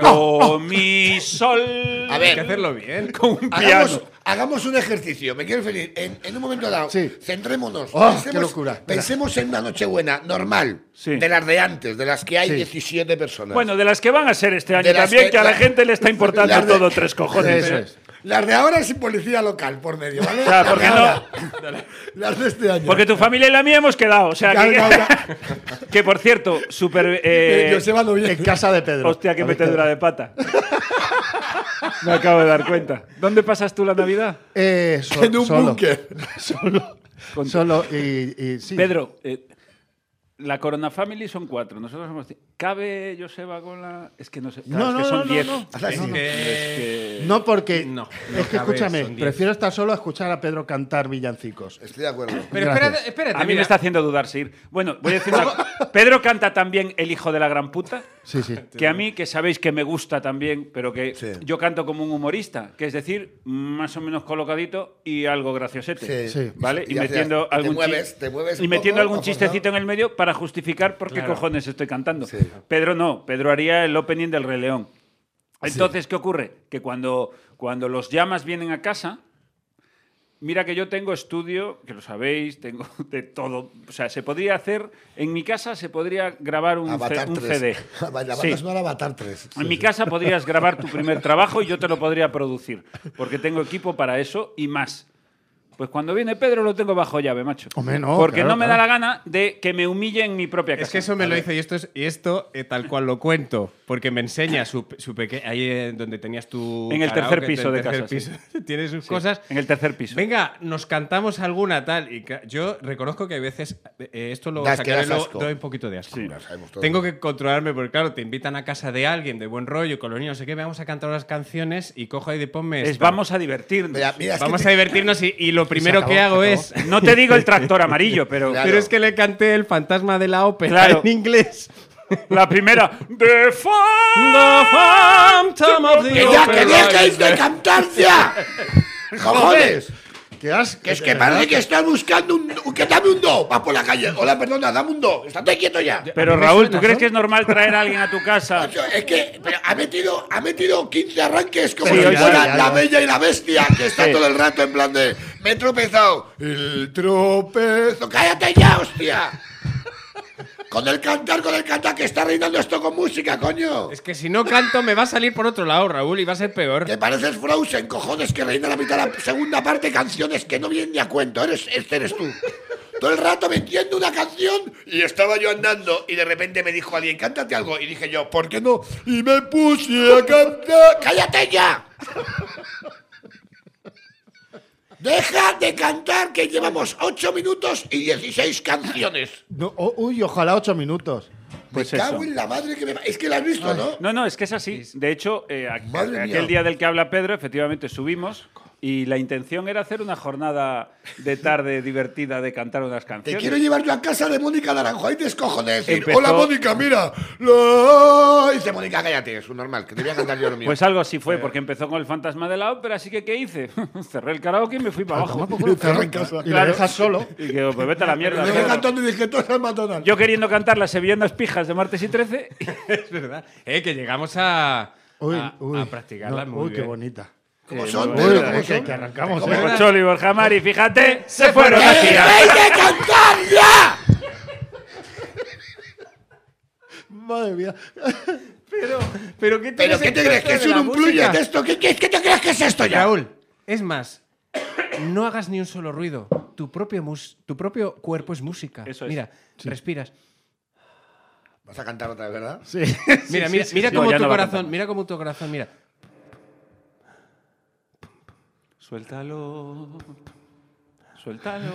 Speaker 2: do, mi, sol.
Speaker 6: A
Speaker 5: Hay que
Speaker 6: ver.
Speaker 5: hacerlo bien.
Speaker 2: Con un
Speaker 6: Hagamos,
Speaker 2: piano.
Speaker 6: hagamos un ejercicio, me quiero feliz. En, en un momento dado,
Speaker 4: Sí.
Speaker 6: centrémonos.
Speaker 4: Oh, qué locura. Espera.
Speaker 6: pensemos en una Nochebuena normal,
Speaker 2: Sí.
Speaker 6: de las de antes, de las que hay
Speaker 4: Sí.
Speaker 6: 17 personas.
Speaker 2: Bueno, de las que van a ser este año
Speaker 6: De las
Speaker 2: también, que,
Speaker 6: que-
Speaker 2: a la gente le está importando
Speaker 6: Las de-
Speaker 2: todo tres cojones.
Speaker 4: Eso es.
Speaker 6: Las de ahora sin policía local por medio, ¿vale?
Speaker 2: O sea, porque, no,
Speaker 6: Las de este año.
Speaker 2: porque tu familia y la mía hemos quedado. O sea,
Speaker 6: Claro, claro,
Speaker 2: que, que, por cierto, super. eh,
Speaker 6: Yo se va lo bien.
Speaker 4: En casa de Pedro.
Speaker 2: hostia, qué
Speaker 4: A ver,
Speaker 2: metedura de pata. Me acabo de dar cuenta. ¿Dónde pasas tú la Navidad?
Speaker 4: Eh, so-
Speaker 6: En un
Speaker 4: solo.
Speaker 6: búnker.
Speaker 4: Solo. Solo y, y sí.
Speaker 2: Pedro, eh, la Corona Family son cuatro. Nosotros somos. c- ¿Cabe Joseba con la.? Es que no sé.
Speaker 4: No,
Speaker 2: es que
Speaker 4: no,
Speaker 2: son
Speaker 4: no, no,
Speaker 2: diez.
Speaker 4: no.
Speaker 2: Es
Speaker 5: Eh,
Speaker 6: No, no.
Speaker 2: que-
Speaker 4: No, porque.
Speaker 5: No, no
Speaker 4: es que
Speaker 5: cabe,
Speaker 4: escúchame,
Speaker 5: son diez.
Speaker 4: prefiero estar solo a escuchar a Pedro cantar villancicos.
Speaker 6: Estoy de acuerdo.
Speaker 5: Pero
Speaker 4: Gracias.
Speaker 5: espérate, espérate.
Speaker 2: A mí me
Speaker 5: mira.
Speaker 2: está haciendo dudar, Sir. Bueno, voy a decir una cosa. Pedro canta también El hijo de la gran puta.
Speaker 4: Sí, sí.
Speaker 2: Que a mí, que sabéis que me gusta también, pero que
Speaker 6: Sí.
Speaker 2: yo canto como un humorista, que es decir, más o menos colocadito y algo graciosete.
Speaker 6: Sí. Sí.
Speaker 2: ¿Vale?
Speaker 6: Y
Speaker 2: Y,
Speaker 6: haces-
Speaker 2: metiendo
Speaker 6: te
Speaker 2: algún chi-
Speaker 6: mueves- te mueves
Speaker 2: y
Speaker 6: un
Speaker 2: metiendo
Speaker 6: poco,
Speaker 2: algún
Speaker 6: vamos,
Speaker 2: chistecito
Speaker 6: ¿no?
Speaker 2: en el medio para justificar por qué cojones estoy cantando.
Speaker 6: Sí.
Speaker 2: Pedro no, Pedro haría el opening del Rey León.
Speaker 6: Ah,
Speaker 2: Entonces, ¿qué ocurre? Que cuando, cuando los llamas vienen a casa, Mira que yo tengo estudio, que lo sabéis, tengo de todo. O sea, se podría hacer, en mi casa se podría grabar un,
Speaker 6: Avatar
Speaker 2: C- un
Speaker 6: 3.
Speaker 2: CD.
Speaker 6: La banda
Speaker 2: Sí.
Speaker 6: sonora Avatar 3.
Speaker 2: En mi casa podrías grabar tu primer trabajo y yo te lo podría producir, porque tengo equipo para eso y más. Pues cuando viene Pedro lo tengo bajo llave, macho.
Speaker 4: Hombre, no,
Speaker 2: porque
Speaker 4: claro,
Speaker 2: no me
Speaker 4: claro.
Speaker 2: da la gana de que me humille en mi propia casa.
Speaker 5: Es que eso me lo hizo y esto, es, y esto eh, tal cual lo cuento, porque me enseña su, su peque- ahí eh, donde tenías tu...
Speaker 2: En el
Speaker 5: karaoke,
Speaker 2: tercer piso
Speaker 5: el
Speaker 2: de
Speaker 5: tercer
Speaker 2: casa, sí.
Speaker 5: piso. Tiene sus cosas.
Speaker 2: en el tercer piso.
Speaker 5: Venga, nos cantamos alguna tal. Y ca- yo reconozco que a veces eh, esto lo
Speaker 6: Das que
Speaker 5: sacaré
Speaker 6: das
Speaker 5: luego,
Speaker 6: asco.
Speaker 5: doy un poquito de asco.
Speaker 2: Sí.
Speaker 6: Lo sabemos todos.
Speaker 5: Tengo que controlarme porque, claro, te invitan a casa de alguien de buen rollo, con los niños, no sé qué, vamos a cantar unas canciones y cojo ahí de ponme.
Speaker 2: Es
Speaker 5: esta.
Speaker 2: vamos a divertirnos.
Speaker 6: Mira, mira, es que
Speaker 5: Vamos
Speaker 6: te-
Speaker 5: a divertirnos y, y lo primero
Speaker 4: acabó,
Speaker 5: que
Speaker 4: se
Speaker 5: hago
Speaker 4: acabó.
Speaker 5: es.
Speaker 2: No te digo el tractor amarillo, pero
Speaker 6: Claro.
Speaker 5: Pero es que le canté el fantasma de la ópera
Speaker 2: Claro.
Speaker 5: en inglés.
Speaker 2: la primera. The Fun-
Speaker 6: ¡Que ya, que dejéis de cantar ya! ¡Cojones!
Speaker 4: ¿Qué has-
Speaker 6: Que es que parece que estás buscando un... ¡Que dame un do! Vas por la calle. Hola, perdona, dame un do. Estate quieto ya.
Speaker 2: Pero
Speaker 5: A mí me
Speaker 2: Raúl,
Speaker 5: suena,
Speaker 2: ¿tú crees
Speaker 5: ¿no?
Speaker 2: que es normal traer a alguien a tu casa?
Speaker 6: Macho, Es que pero ha metido, ha metido 15 arranques como
Speaker 2: Sí,
Speaker 6: si
Speaker 2: hoy sí,
Speaker 6: fuera
Speaker 4: ya,
Speaker 6: la
Speaker 4: ya.
Speaker 6: bella y la bestia que está
Speaker 2: Sí.
Speaker 6: todo el rato en plan de me he tropezado. El tropezo. ¡Cállate ya, hostia! Con el cantar, con el cantar, que está reinando esto con música, coño.
Speaker 5: Es que si no canto me va a salir por otro lado, Raúl, y va a ser peor.
Speaker 6: Te pareces Frozen, cojones, que reina la mitad de la segunda parte canciones que no vienen ni a cuento. Eres, este eres tú. Todo el rato metiendo una canción y estaba yo andando y de repente me dijo alguien, cántate algo. Y dije yo, ¿por qué no? Y me puse a cantar. ¡Cállate ya! Deja de cantar que llevamos 8 minutos y 16 canciones.
Speaker 4: No, o- uy, ojalá ocho minutos.
Speaker 2: Pues
Speaker 6: me
Speaker 2: eso.
Speaker 6: cago en la madre que me... Es que la has visto, ¿no?
Speaker 2: No, no, es que es así. De hecho, eh, a-
Speaker 6: Madre
Speaker 2: aquel
Speaker 6: mía.
Speaker 2: día del que habla Pedro, efectivamente subimos y la intención era hacer una jornada de tarde divertida de cantar unas
Speaker 6: Te
Speaker 2: canciones.
Speaker 6: quiero llevar yo a casa de Mónica Naranjo. Ahí descojones. Y,
Speaker 2: Empezó-
Speaker 6: Hola, Mónica, mira. Lo... y Dice Mónica, cállate, es un normal, que te voy a cantar yo lo mío.
Speaker 2: Pues algo así
Speaker 6: Eh.
Speaker 2: fue, porque empezó con el fantasma de la ópera, así que ¿qué hice? Cerré el karaoke y me fui para abajo.
Speaker 4: Y lo dejas solo.
Speaker 2: Y digo, pues vete a la mierda.
Speaker 6: Me
Speaker 2: Pedro.
Speaker 6: cantando y dije, todo es McDonald's.
Speaker 2: Yo queriendo cantar las sevillanas pijas de martes y 13
Speaker 5: Es verdad. Eh, que llegamos a,
Speaker 4: Uy,
Speaker 5: a,
Speaker 4: uy.
Speaker 5: a practicarla
Speaker 4: No,
Speaker 5: muy
Speaker 4: uy, qué
Speaker 5: bien.
Speaker 4: bonita.
Speaker 6: Como son,
Speaker 2: bueno,
Speaker 6: Pedro,
Speaker 2: eh,
Speaker 6: como
Speaker 4: que-
Speaker 6: son.
Speaker 4: que arrancamos,
Speaker 6: Como
Speaker 4: eh.
Speaker 6: son.
Speaker 2: Pocholi y Borja Mari, fíjate, se fueron a
Speaker 6: ¡Eh,
Speaker 2: girar.
Speaker 6: ¡Dejéis de cantar ya!
Speaker 4: Madre mía.
Speaker 5: Pero ¿qué,
Speaker 6: ¿Pero qué te crees? ¿Que es un unplugged
Speaker 5: pluyete?
Speaker 6: esto? ¿Qué, qué, qué te crees que es esto ya?
Speaker 5: Raúl, es más, no hagas ni un solo ruido. Tu propio, mus- tu propio cuerpo es música.
Speaker 2: Eso es.
Speaker 5: Mira, respiras.
Speaker 6: Vas a cantar otra vez, ¿verdad?
Speaker 4: Sí.
Speaker 5: Mira, mira, mira
Speaker 2: sí.
Speaker 5: cómo
Speaker 2: No, ya
Speaker 5: tu
Speaker 2: no va a
Speaker 5: corazón,
Speaker 2: cantar.
Speaker 5: mira cómo tu corazón, mira.
Speaker 2: Suéltalo. Suéltalo.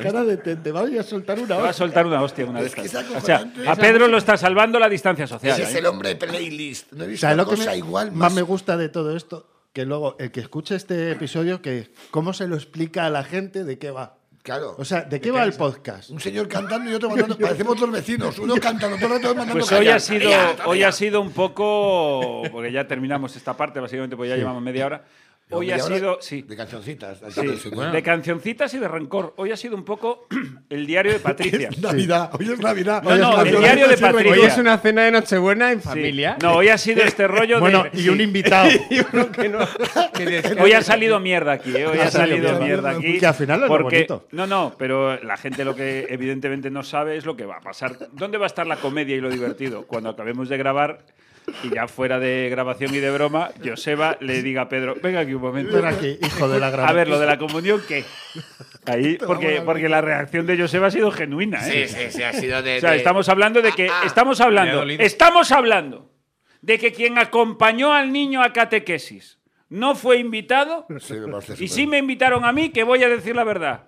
Speaker 4: Cara de te, te voy a soltar una
Speaker 2: Te va a
Speaker 4: hora.
Speaker 2: soltar una hostia una de
Speaker 6: Es que
Speaker 2: estas.
Speaker 6: es
Speaker 2: O sea,
Speaker 6: acojonante.
Speaker 2: a Pedro lo está salvando la distancia social.
Speaker 6: Ese es
Speaker 2: ¿eh?
Speaker 6: el hombre playlist. No he visto
Speaker 4: ¿Sabes lo que
Speaker 6: cosa
Speaker 4: me-
Speaker 6: igual
Speaker 4: más
Speaker 6: más...
Speaker 4: me gusta de todo esto? Que luego el que escuche este episodio, que cómo se lo explica a la gente de qué va.
Speaker 6: Claro.
Speaker 4: O sea, ¿de qué va el podcast?
Speaker 6: un señor cantando y otro mandando. Parecemos dos vecinos. Uno cantando, otro rato mandando
Speaker 2: Pues hoy
Speaker 6: callar.
Speaker 2: ha sido,
Speaker 6: Ya, ya.
Speaker 2: hoy ha sido un poco, porque ya terminamos esta parte básicamente, porque ya llevamos media hora. Hoy
Speaker 6: Media
Speaker 2: ha
Speaker 6: hora
Speaker 2: sido, sí,
Speaker 6: De cancioncitas. así
Speaker 2: sí,
Speaker 6: del señor.
Speaker 2: de cancioncitas y de rencor. Hoy ha sido un poco el diario de Patricia.
Speaker 6: Navidad, hoy es Navidad.
Speaker 2: No, no, el diario de Patricia.
Speaker 5: Hoy es una cena de Nochebuena en
Speaker 2: Sí.
Speaker 5: familia.
Speaker 2: No, hoy ha sido este rollo
Speaker 4: Bueno,
Speaker 2: de.
Speaker 4: y
Speaker 2: sí.
Speaker 4: un invitado.
Speaker 5: Y uno que no- que descansa.
Speaker 2: Hoy ha salido mierda aquí, ¿eh? hoy
Speaker 4: Ha
Speaker 2: ha
Speaker 4: salido
Speaker 2: salido
Speaker 4: mierda.
Speaker 2: mierda aquí.
Speaker 4: Que al final es lo
Speaker 2: porque-
Speaker 4: bonito.
Speaker 2: No, no, pero la gente lo que evidentemente no sabe es lo que va a pasar. ¿Dónde va a estar la comedia y lo divertido? Cuando acabemos de grabar y ya fuera de grabación y de broma, Joseba le diga a Pedro, venga aquí un momento.
Speaker 4: Ven aquí, hijo de la gran.
Speaker 2: A ver, lo de la comunión, ¿qué? Ahí, porque, porque la reacción de Joseba ha sido genuina. ¿eh?
Speaker 8: Sí, sí, sí, ha sido de.
Speaker 2: O sea,
Speaker 8: de-
Speaker 2: estamos hablando de que.
Speaker 8: Ah, ah.
Speaker 2: Estamos
Speaker 5: Me ha
Speaker 2: hablando.
Speaker 5: dolido.
Speaker 2: Estamos hablando de que quien acompañó al niño a catequesis no fue invitado.
Speaker 6: Sí, me parece
Speaker 2: Y
Speaker 6: súper.
Speaker 2: sí me invitaron a mí, que voy a decir la verdad.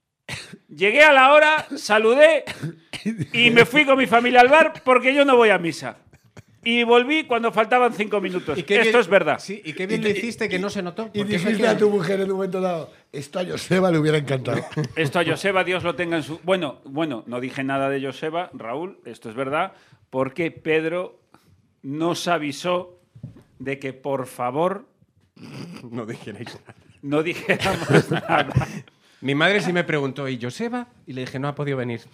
Speaker 2: Llegué a la hora, saludé y me fui con mi familia al bar porque yo no voy a misa. Y volví cuando faltaban cinco minutos.
Speaker 5: qué
Speaker 2: Esto
Speaker 5: bien-
Speaker 2: es verdad.
Speaker 5: Sí, y qué bien
Speaker 6: Y-
Speaker 5: lo hiciste que no se notó.
Speaker 3: Y
Speaker 5: porque eso
Speaker 3: dijiste
Speaker 5: que-
Speaker 3: a tu mujer en un momento dado, esto a Joseba le hubiera encantado.
Speaker 2: Esto a Joseba, Dios lo tenga en su. Bueno, bueno, no dije nada de Joseba, Raúl, esto es verdad, porque Pedro nos avisó de que por favor
Speaker 5: No dijerais nada.
Speaker 2: no dijéramos nada.
Speaker 5: Mi madre sí me preguntó, ¿y Joseba? Y le dije, no ha podido venir.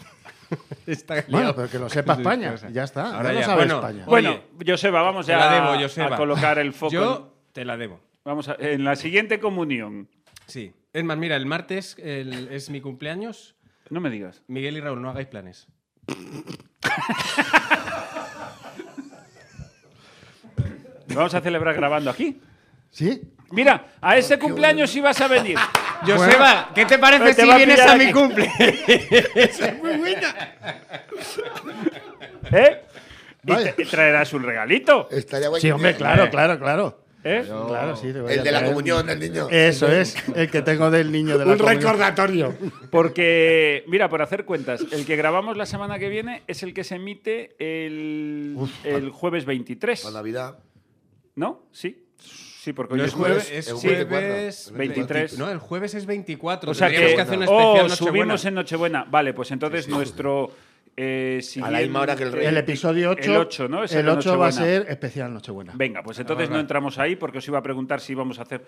Speaker 5: Está
Speaker 4: Bueno,
Speaker 5: liado.
Speaker 4: pero que lo sepa
Speaker 5: Sí,
Speaker 4: España.
Speaker 5: cosa.
Speaker 4: Ya está.
Speaker 5: Ahora
Speaker 4: Ahora ya
Speaker 5: ya,
Speaker 4: lo sabe
Speaker 5: bueno.
Speaker 4: España.
Speaker 5: Oye,
Speaker 2: Bueno, Joseba, vamos
Speaker 5: Te
Speaker 2: ya
Speaker 5: la debo,
Speaker 2: a-
Speaker 5: Joseba.
Speaker 2: a colocar el foco.
Speaker 5: Yo te la debo.
Speaker 2: en- Vamos a- en la siguiente comunión.
Speaker 5: Sí. Es más, mira, el martes el- es mi cumpleaños.
Speaker 2: No me digas.
Speaker 5: Miguel y Raúl, no hagáis planes.
Speaker 2: ¿Lo Vamos a celebrar grabando aquí.
Speaker 4: ¿Sí?
Speaker 2: Mira, a ese cumpleaños ibas a venir.
Speaker 5: Joseba, ¿qué te parece
Speaker 2: Te
Speaker 5: si
Speaker 2: va a
Speaker 5: vienes
Speaker 2: pillar
Speaker 5: a
Speaker 2: aquí.
Speaker 5: mi cumple?
Speaker 2: ¿Eh? Y
Speaker 4: Vaya.
Speaker 2: te- y traerás un regalito.
Speaker 6: Estaría bueno.
Speaker 4: Sí, hombre, claro, claro, claro.
Speaker 2: ¿eh?
Speaker 4: Claro, sí. te voy
Speaker 6: El
Speaker 4: a
Speaker 6: de la
Speaker 4: traer. Eh.
Speaker 6: comunión del niño.
Speaker 4: Eso es, el que tengo del niño de la
Speaker 3: un
Speaker 4: comunión.
Speaker 3: recordatorio.
Speaker 2: Porque, mira, por hacer cuentas, el que grabamos la semana que viene es el que se emite el, el jueves 23.
Speaker 6: Para Navidad.
Speaker 2: ¿No? Sí. Sí, porque hoy
Speaker 5: No
Speaker 2: es jueves.
Speaker 5: es
Speaker 6: es
Speaker 2: sí.
Speaker 6: jueves.
Speaker 5: jueves
Speaker 2: 23.
Speaker 5: No, el jueves es 24.
Speaker 2: O sea
Speaker 5: Tendríamos
Speaker 2: que,
Speaker 5: hacer una
Speaker 2: oh,
Speaker 5: especial Nochebuena.
Speaker 2: subimos en Nochebuena. Vale, pues entonces nuestro eh,
Speaker 6: A la misma hora que el rey.
Speaker 4: El episodio 8,
Speaker 2: El 8, ¿no? Es el
Speaker 4: el 8 va a
Speaker 2: Nochebuena.
Speaker 4: ser especial Nochebuena.
Speaker 2: Venga, pues entonces no entramos ahí porque os iba a preguntar si íbamos a hacer.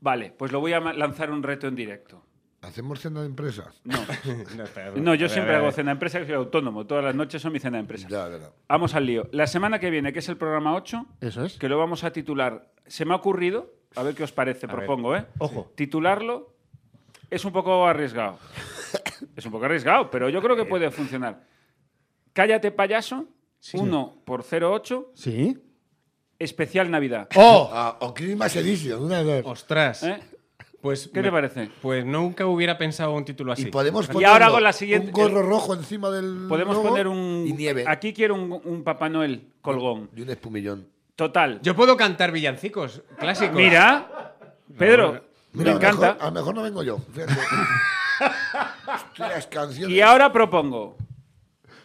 Speaker 2: Vale, pues lo voy a ma- lanzar un reto en directo.
Speaker 3: ¿Hacemos cena de empresa?
Speaker 2: No,
Speaker 5: No, espera,
Speaker 2: no yo
Speaker 5: a ver,
Speaker 2: siempre
Speaker 5: a ver,
Speaker 2: hago cena de empresa, que soy autónomo. Todas las noches son mi cena de empresa.
Speaker 6: Ya, verdad.
Speaker 2: Vamos al lío. La semana que viene, que es el programa 8,
Speaker 4: Eso es.
Speaker 2: que lo vamos a titular. Se me ha ocurrido, a ver qué os parece,
Speaker 5: ver.
Speaker 2: propongo, ¿eh?
Speaker 4: Ojo.
Speaker 2: Titularlo es un poco arriesgado. es un poco arriesgado, pero yo creo que puede funcionar. Cállate, payaso, 1 por 08,
Speaker 4: ¿Sí?
Speaker 2: especial Navidad.
Speaker 4: ¡Oh!
Speaker 6: Ah, o
Speaker 3: Christmas Edition, una de dos.
Speaker 5: Ostras.
Speaker 2: ¿Eh?
Speaker 5: Pues
Speaker 2: ¿Qué te parece?
Speaker 5: Pues nunca hubiera pensado un título así.
Speaker 6: Y podemos
Speaker 2: Y
Speaker 6: poner
Speaker 2: ahora hago la siguiente- eh,
Speaker 6: un gorro rojo encima del.
Speaker 2: Podemos
Speaker 6: logo
Speaker 2: poner un.
Speaker 6: Mm, Y nieve.
Speaker 2: Aquí quiero un, un Papá Noel colgón.
Speaker 6: Y un espumillón.
Speaker 2: Total.
Speaker 5: Yo puedo cantar villancicos clásicos.
Speaker 2: Mira, Pedro,
Speaker 6: Mira,
Speaker 2: me
Speaker 6: a lo mejor-
Speaker 2: encanta.
Speaker 6: a lo mejor no vengo yo. fíjate. Hostia, las canciones.
Speaker 2: Y ahora propongo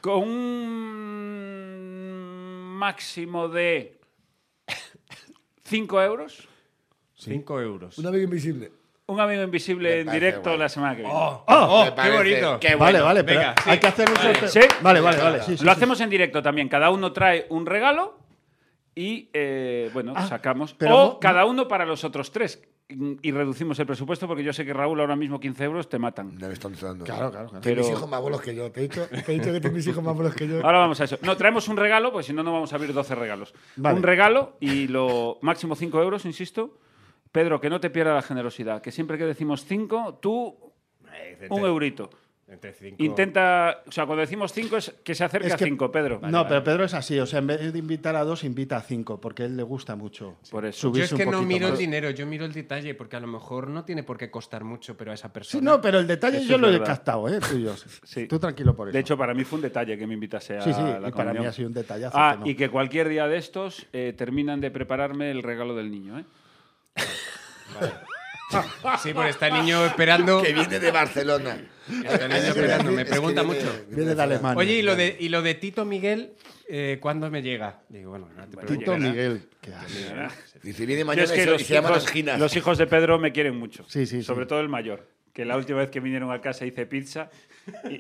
Speaker 2: con un máximo de 5 euros,
Speaker 5: 5
Speaker 2: Oh,
Speaker 5: euros.
Speaker 3: Una vez invisible.
Speaker 2: un amigo invisible en
Speaker 6: parece
Speaker 2: directo
Speaker 6: guay.
Speaker 2: la semana que viene.
Speaker 5: ¡Oh!
Speaker 6: Me
Speaker 5: ¡Qué
Speaker 6: parece-
Speaker 5: bonito!
Speaker 6: qué
Speaker 4: vale,
Speaker 6: bueno.
Speaker 4: vale, pero
Speaker 5: venga, sí.
Speaker 4: hay que hacer un sorteo.
Speaker 2: ¿Sí?
Speaker 4: Vale, vale, vale. sí, sí,
Speaker 2: Lo
Speaker 4: sí.
Speaker 2: hacemos en directo también. Cada uno trae un regalo y, eh, bueno, sacamos.
Speaker 4: Ah, pero
Speaker 2: o
Speaker 4: no-
Speaker 2: cada uno para los otros tres. Y y reducimos el presupuesto porque yo sé que Raúl ahora mismo 15 euros te matan.
Speaker 6: No le están sonando.
Speaker 4: Claro, claro, claro.
Speaker 6: Que
Speaker 2: Pero-
Speaker 6: mis hijos más abuelos que yo.
Speaker 3: Te he dicho, te he dicho que tienes hijos más buenos que yo.
Speaker 2: Ahora vamos a eso. No, traemos un regalo, pues si no, no vamos a abrir 12 regalos.
Speaker 4: Vale.
Speaker 2: Un regalo y lo máximo 5 euros, insisto. Pedro, que no te pierda la generosidad, que siempre que decimos 5, tú un eurito.
Speaker 5: Entre cinco.
Speaker 2: Intenta, o sea, cuando decimos 5 es que se acerque
Speaker 4: Es que-
Speaker 2: a 5, Pedro.
Speaker 4: no, pero Pedro es así. O sea, en vez de invitar a dos, invita a cinco, porque a él le gusta mucho.
Speaker 2: Por eso.
Speaker 5: Yo es
Speaker 4: subirse
Speaker 5: que
Speaker 4: un
Speaker 5: no
Speaker 4: poquito
Speaker 5: miro el
Speaker 4: más.
Speaker 5: dinero, yo miro el detalle, porque a lo mejor no tiene por qué costar mucho, pero a esa persona.
Speaker 4: Sí, no, pero el detalle
Speaker 2: Eso
Speaker 4: yo
Speaker 2: es
Speaker 4: lo he
Speaker 2: verdad.
Speaker 4: captado, ¿eh? Tuyos.
Speaker 2: Sí.
Speaker 4: Tú tranquilo por eso.
Speaker 2: De hecho, para mí fue un detalle que me invitase a
Speaker 4: Sí, sí,
Speaker 2: la
Speaker 4: y para
Speaker 2: comunión.
Speaker 4: mí ha sido un detallazo
Speaker 2: Ah,
Speaker 4: que no.
Speaker 2: y que cualquier día de estos eh, terminan de prepararme el regalo del niño, ¿eh?
Speaker 5: Sí, porque está el niño esperando.
Speaker 6: Que viene de Barcelona.
Speaker 5: Está el niño esperando, me pregunta mucho.
Speaker 4: viene de Alemania.
Speaker 5: Oye, ¿y lo de, y lo de Tito Miguel, eh, ¿cuándo me llega? Digo, bueno, no te
Speaker 4: Tito
Speaker 5: preocupes.
Speaker 4: Miguel. qué asco.
Speaker 6: Dice, viene
Speaker 2: Yo
Speaker 6: mañana
Speaker 2: es que
Speaker 6: y se,
Speaker 2: los,
Speaker 6: y se llaman
Speaker 2: hijos,
Speaker 6: anginas.
Speaker 2: los hijos de Pedro me quieren mucho.
Speaker 4: Sí, sí, sí.
Speaker 2: Sobre todo el mayor, que la última vez que vinieron a casa hice pizza. y-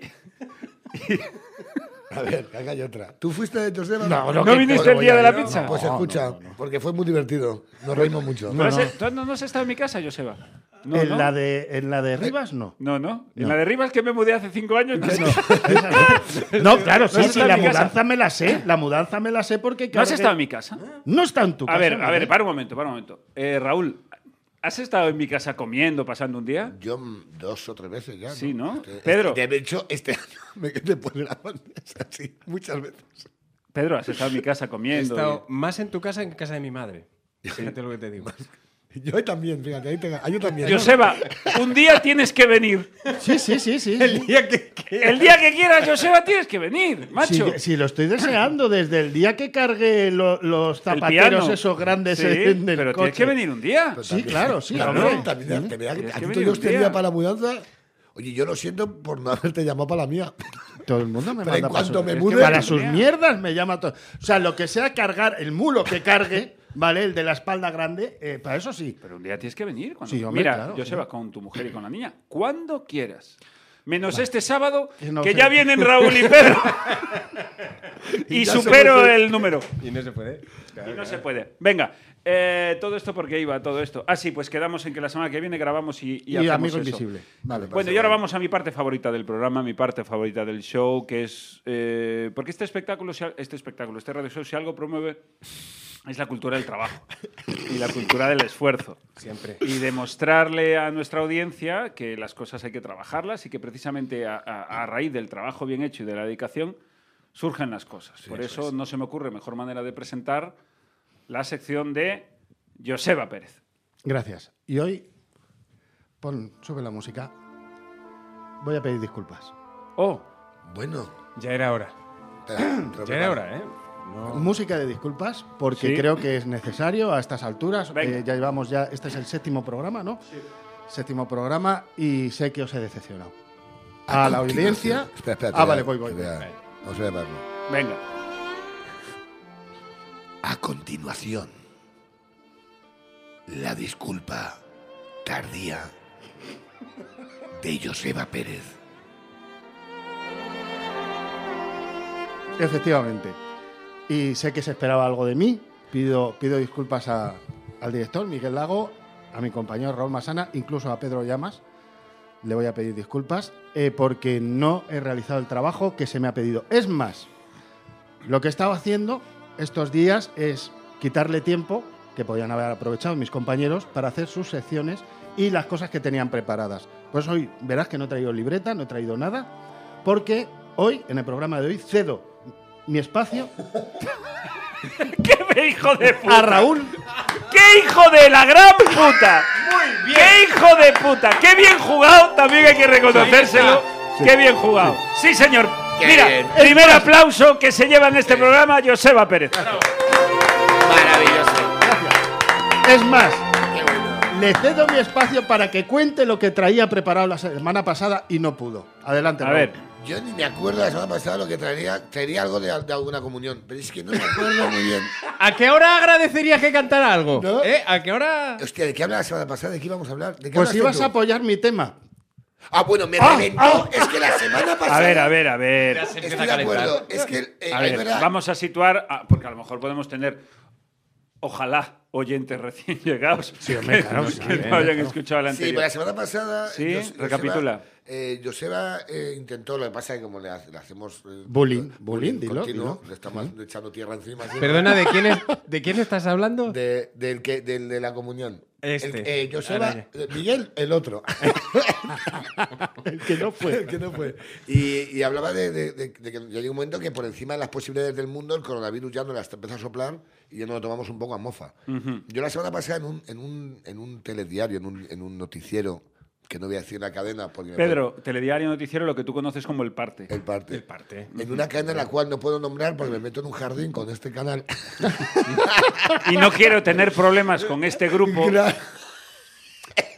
Speaker 3: A ver, que hay otra. ¿Tú fuiste de Joseba?
Speaker 4: No,
Speaker 2: ¿No viniste el día de la pizza?
Speaker 3: Pues
Speaker 4: No,
Speaker 3: escucha,
Speaker 4: no,
Speaker 3: porque fue muy divertido. Nos reímos mucho.
Speaker 2: ¿Tú, has, tú no has estado en mi casa, Joseba? No,
Speaker 4: en,
Speaker 2: no.
Speaker 4: La de, en la de Rivas, no.
Speaker 2: No, no. En la de Rivas que me mudé hace cinco años. No,
Speaker 4: No, claro, sí,
Speaker 2: has
Speaker 4: sí,
Speaker 2: estado
Speaker 4: la
Speaker 2: en mi casa.
Speaker 4: mudanza me la sé. La mudanza me la sé porque.
Speaker 2: ¿No
Speaker 4: claro
Speaker 2: has
Speaker 4: que-
Speaker 2: estado en mi casa?
Speaker 4: No está en tu casa.
Speaker 2: A ver, a
Speaker 4: ¿no?
Speaker 2: ver, para un momento, para un momento. Eh, Raúl, ¿has estado en mi casa comiendo, pasando un día?
Speaker 6: Yo mm, dos o tres veces ya.
Speaker 2: Sí, ¿no?
Speaker 6: Este-
Speaker 2: Pedro.
Speaker 6: este- De hecho, este año me quedé por la bandeja así, muchas veces.
Speaker 2: Pedro, ¿has estado en mi casa
Speaker 5: He
Speaker 2: comiendo?
Speaker 5: estado más en tu casa que en casa de mi madre. Fíjate lo que te digo.
Speaker 3: Yo también, fíjate, ahí te- ah, yo también.
Speaker 2: Joseba, un día tienes que venir.
Speaker 4: Sí, sí, sí, sí. sí.
Speaker 2: El día que quieras, Joseba, tienes que venir, macho.
Speaker 4: Si, lo estoy deseando desde el día que cargué lo- los
Speaker 2: El
Speaker 4: zapateros
Speaker 2: piano.
Speaker 4: esos grandes
Speaker 2: Sí,
Speaker 4: en el
Speaker 2: pero
Speaker 4: coche.
Speaker 2: tienes que venir un día.
Speaker 4: Sí, claro, sí,
Speaker 6: Claro,
Speaker 4: hombre.
Speaker 6: también, te vea que
Speaker 2: Tienes que
Speaker 6: aquí
Speaker 2: venir
Speaker 6: tú yo
Speaker 2: un día.
Speaker 6: tenía para la mudanza. Oye, yo lo siento por no haberte llamado para la mía.
Speaker 4: Todo el mundo me
Speaker 6: Pero en
Speaker 4: manda para
Speaker 6: cuanto
Speaker 4: su-
Speaker 6: me
Speaker 4: es que
Speaker 6: mude-
Speaker 4: para sus mierdas me llama todo. O sea, lo que sea cargar, el mulo que cargue, ¿vale? El de la espalda grande, eh, para eso sí.
Speaker 2: Pero un día tienes que venir. Cuando...
Speaker 4: Sí, hombre,
Speaker 2: Mira,
Speaker 4: claro.
Speaker 2: Joseba, con tu mujer y con la niña, cuando quieras. Menos este sábado,
Speaker 4: Que no
Speaker 2: que
Speaker 4: sé.
Speaker 2: ya vienen Raúl y Pedro. y
Speaker 6: ya se
Speaker 2: supero
Speaker 6: puede.
Speaker 2: el número.
Speaker 5: Y no se puede.
Speaker 2: Y no se puede. Venga, eh, todo esto porque iba, todo esto. Ah, sí, pues quedamos en que la semana que viene grabamos y, y
Speaker 4: Y,
Speaker 2: hacemos
Speaker 4: amigo
Speaker 2: eso.
Speaker 4: invisible. Vale.
Speaker 2: Bueno, y ahora vamos a mi parte favorita del programa, mi parte favorita del show, que es. eh, porque este espectáculo, si al- este espectáculo, este radio show, si algo promueve, es la cultura del trabajo y la cultura del esfuerzo.
Speaker 5: Siempre.
Speaker 2: Y demostrarle a nuestra audiencia que las cosas hay que trabajarlas y que precisamente a, a- a raíz del trabajo bien hecho y de la dedicación surgen las cosas. Por eso, no se me ocurre mejor manera de presentar la sección de Joseba Pérez.
Speaker 4: Gracias. Y hoy, pon, sube la música. Voy a pedir disculpas.
Speaker 2: Oh,
Speaker 6: Bueno,
Speaker 5: Ya era hora.
Speaker 6: espera,
Speaker 5: Ya era hora, ¿eh? No.
Speaker 4: Música de disculpas, porque
Speaker 2: Sí.
Speaker 4: creo que es necesario a estas alturas.
Speaker 2: Venga.
Speaker 4: Eh, ya llevamos ya, este es el séptimo programa, ¿no? Séptimo programa y sé que os he decepcionado. A Ah, la audiencia.
Speaker 6: Ah, Espera, espera,
Speaker 4: ah,
Speaker 6: espera,
Speaker 4: vale, voy, voy. voy.
Speaker 6: espera. Vamos a verlo.
Speaker 2: venga.
Speaker 6: A continuación, la disculpa tardía de Joseba Pérez.
Speaker 4: Efectivamente. Y sé que se esperaba algo de mí. Pido, pido disculpas a- al director Miguel Lago, a mi compañero Raúl Masana, incluso a Pedro Llamas. Le voy a pedir disculpas eh, porque no he realizado el trabajo que se me ha pedido. Es más, lo que he estado haciendo estos días es quitarle tiempo que podían haber aprovechado mis compañeros para hacer sus secciones y las cosas que tenían preparadas. Pues hoy verás que no he traído libreta, no he traído nada, porque hoy, en el programa de hoy, cedo mi espacio
Speaker 2: ¡Qué hijo de puta!
Speaker 4: a Raúl.
Speaker 2: ¡Qué hijo de la gran puta! ¡Muy bien! ¡Qué hijo de puta! ¡Qué bien jugado! También hay que reconocérselo. ¡Qué bien jugado! Sí, señor. Mira,
Speaker 8: bien.
Speaker 2: primer aplauso que se lleva en este programa Joseba Pérez.
Speaker 8: Maravilloso.
Speaker 4: Es más,
Speaker 8: Qué bueno.
Speaker 4: le cedo mi espacio para que cuente lo que traía preparado la semana pasada y no pudo. Adelante,
Speaker 2: A
Speaker 4: Raúl. Pues
Speaker 2: ver,
Speaker 6: Yo ni me acuerdo la semana pasada lo que traería, traería algo de, de alguna comunión, pero es que no me acuerdo muy bien.
Speaker 5: ¿A qué hora agradecerías que cantara algo? ¿Eh? ¿A qué hora?
Speaker 6: Hostia, ¿de qué habla la semana pasada? ¿De qué íbamos a hablar? ¿De qué
Speaker 4: Pues
Speaker 6: hablaste
Speaker 4: ibas
Speaker 6: tú?
Speaker 4: a apoyar mi tema.
Speaker 6: Ah, bueno, me reventó. Es que la semana pasada.
Speaker 2: a ver, a ver, a ver.
Speaker 6: Estoy de acuerdo. Es que eh,
Speaker 2: A
Speaker 6: es
Speaker 2: ver,
Speaker 6: verdad.
Speaker 2: vamos a situar, a- porque a lo mejor podemos tener, ojalá, oyentes recién llegados que, que no hayan escuchado la
Speaker 6: Sí, pues,
Speaker 2: anterior.
Speaker 6: pero la semana pasada.
Speaker 2: Sí,
Speaker 6: Jos- Joseba-
Speaker 2: recapitula.
Speaker 6: eh, Joseba eh, intentó, lo que pasa es que como le, ha- le hacemos. eh,
Speaker 4: Bullying, bullying, dilo,
Speaker 6: continuo,
Speaker 4: dilo.
Speaker 6: Le estamos echando tierra encima. siempre.
Speaker 5: Perdona, ¿de quién, es- ¿de quién estás hablando?
Speaker 6: De, del que, del de la comunión.
Speaker 5: Este.
Speaker 6: El- eh, Joseba,
Speaker 5: Ahora
Speaker 6: eh, Miguel, el otro.
Speaker 4: El que no fue.
Speaker 6: El que no fue. Y, y hablaba de, de- de- de que ya llega un momento que por encima de las posibilidades del mundo el coronavirus ya nos las empieza a soplar y ya nos lo tomamos un poco a mofa. Yo la semana pasada en un, en un, en un telediario, en un, en un noticiero, que no voy a decir la cadena porque... me-
Speaker 2: Pedro, telediario noticiero, lo que tú conoces como el parte.
Speaker 6: El parte.
Speaker 5: parte.
Speaker 6: En una cadena la cual no puedo nombrar porque me meto en un jardín con este canal.
Speaker 2: Y no quiero tener problemas con este grupo.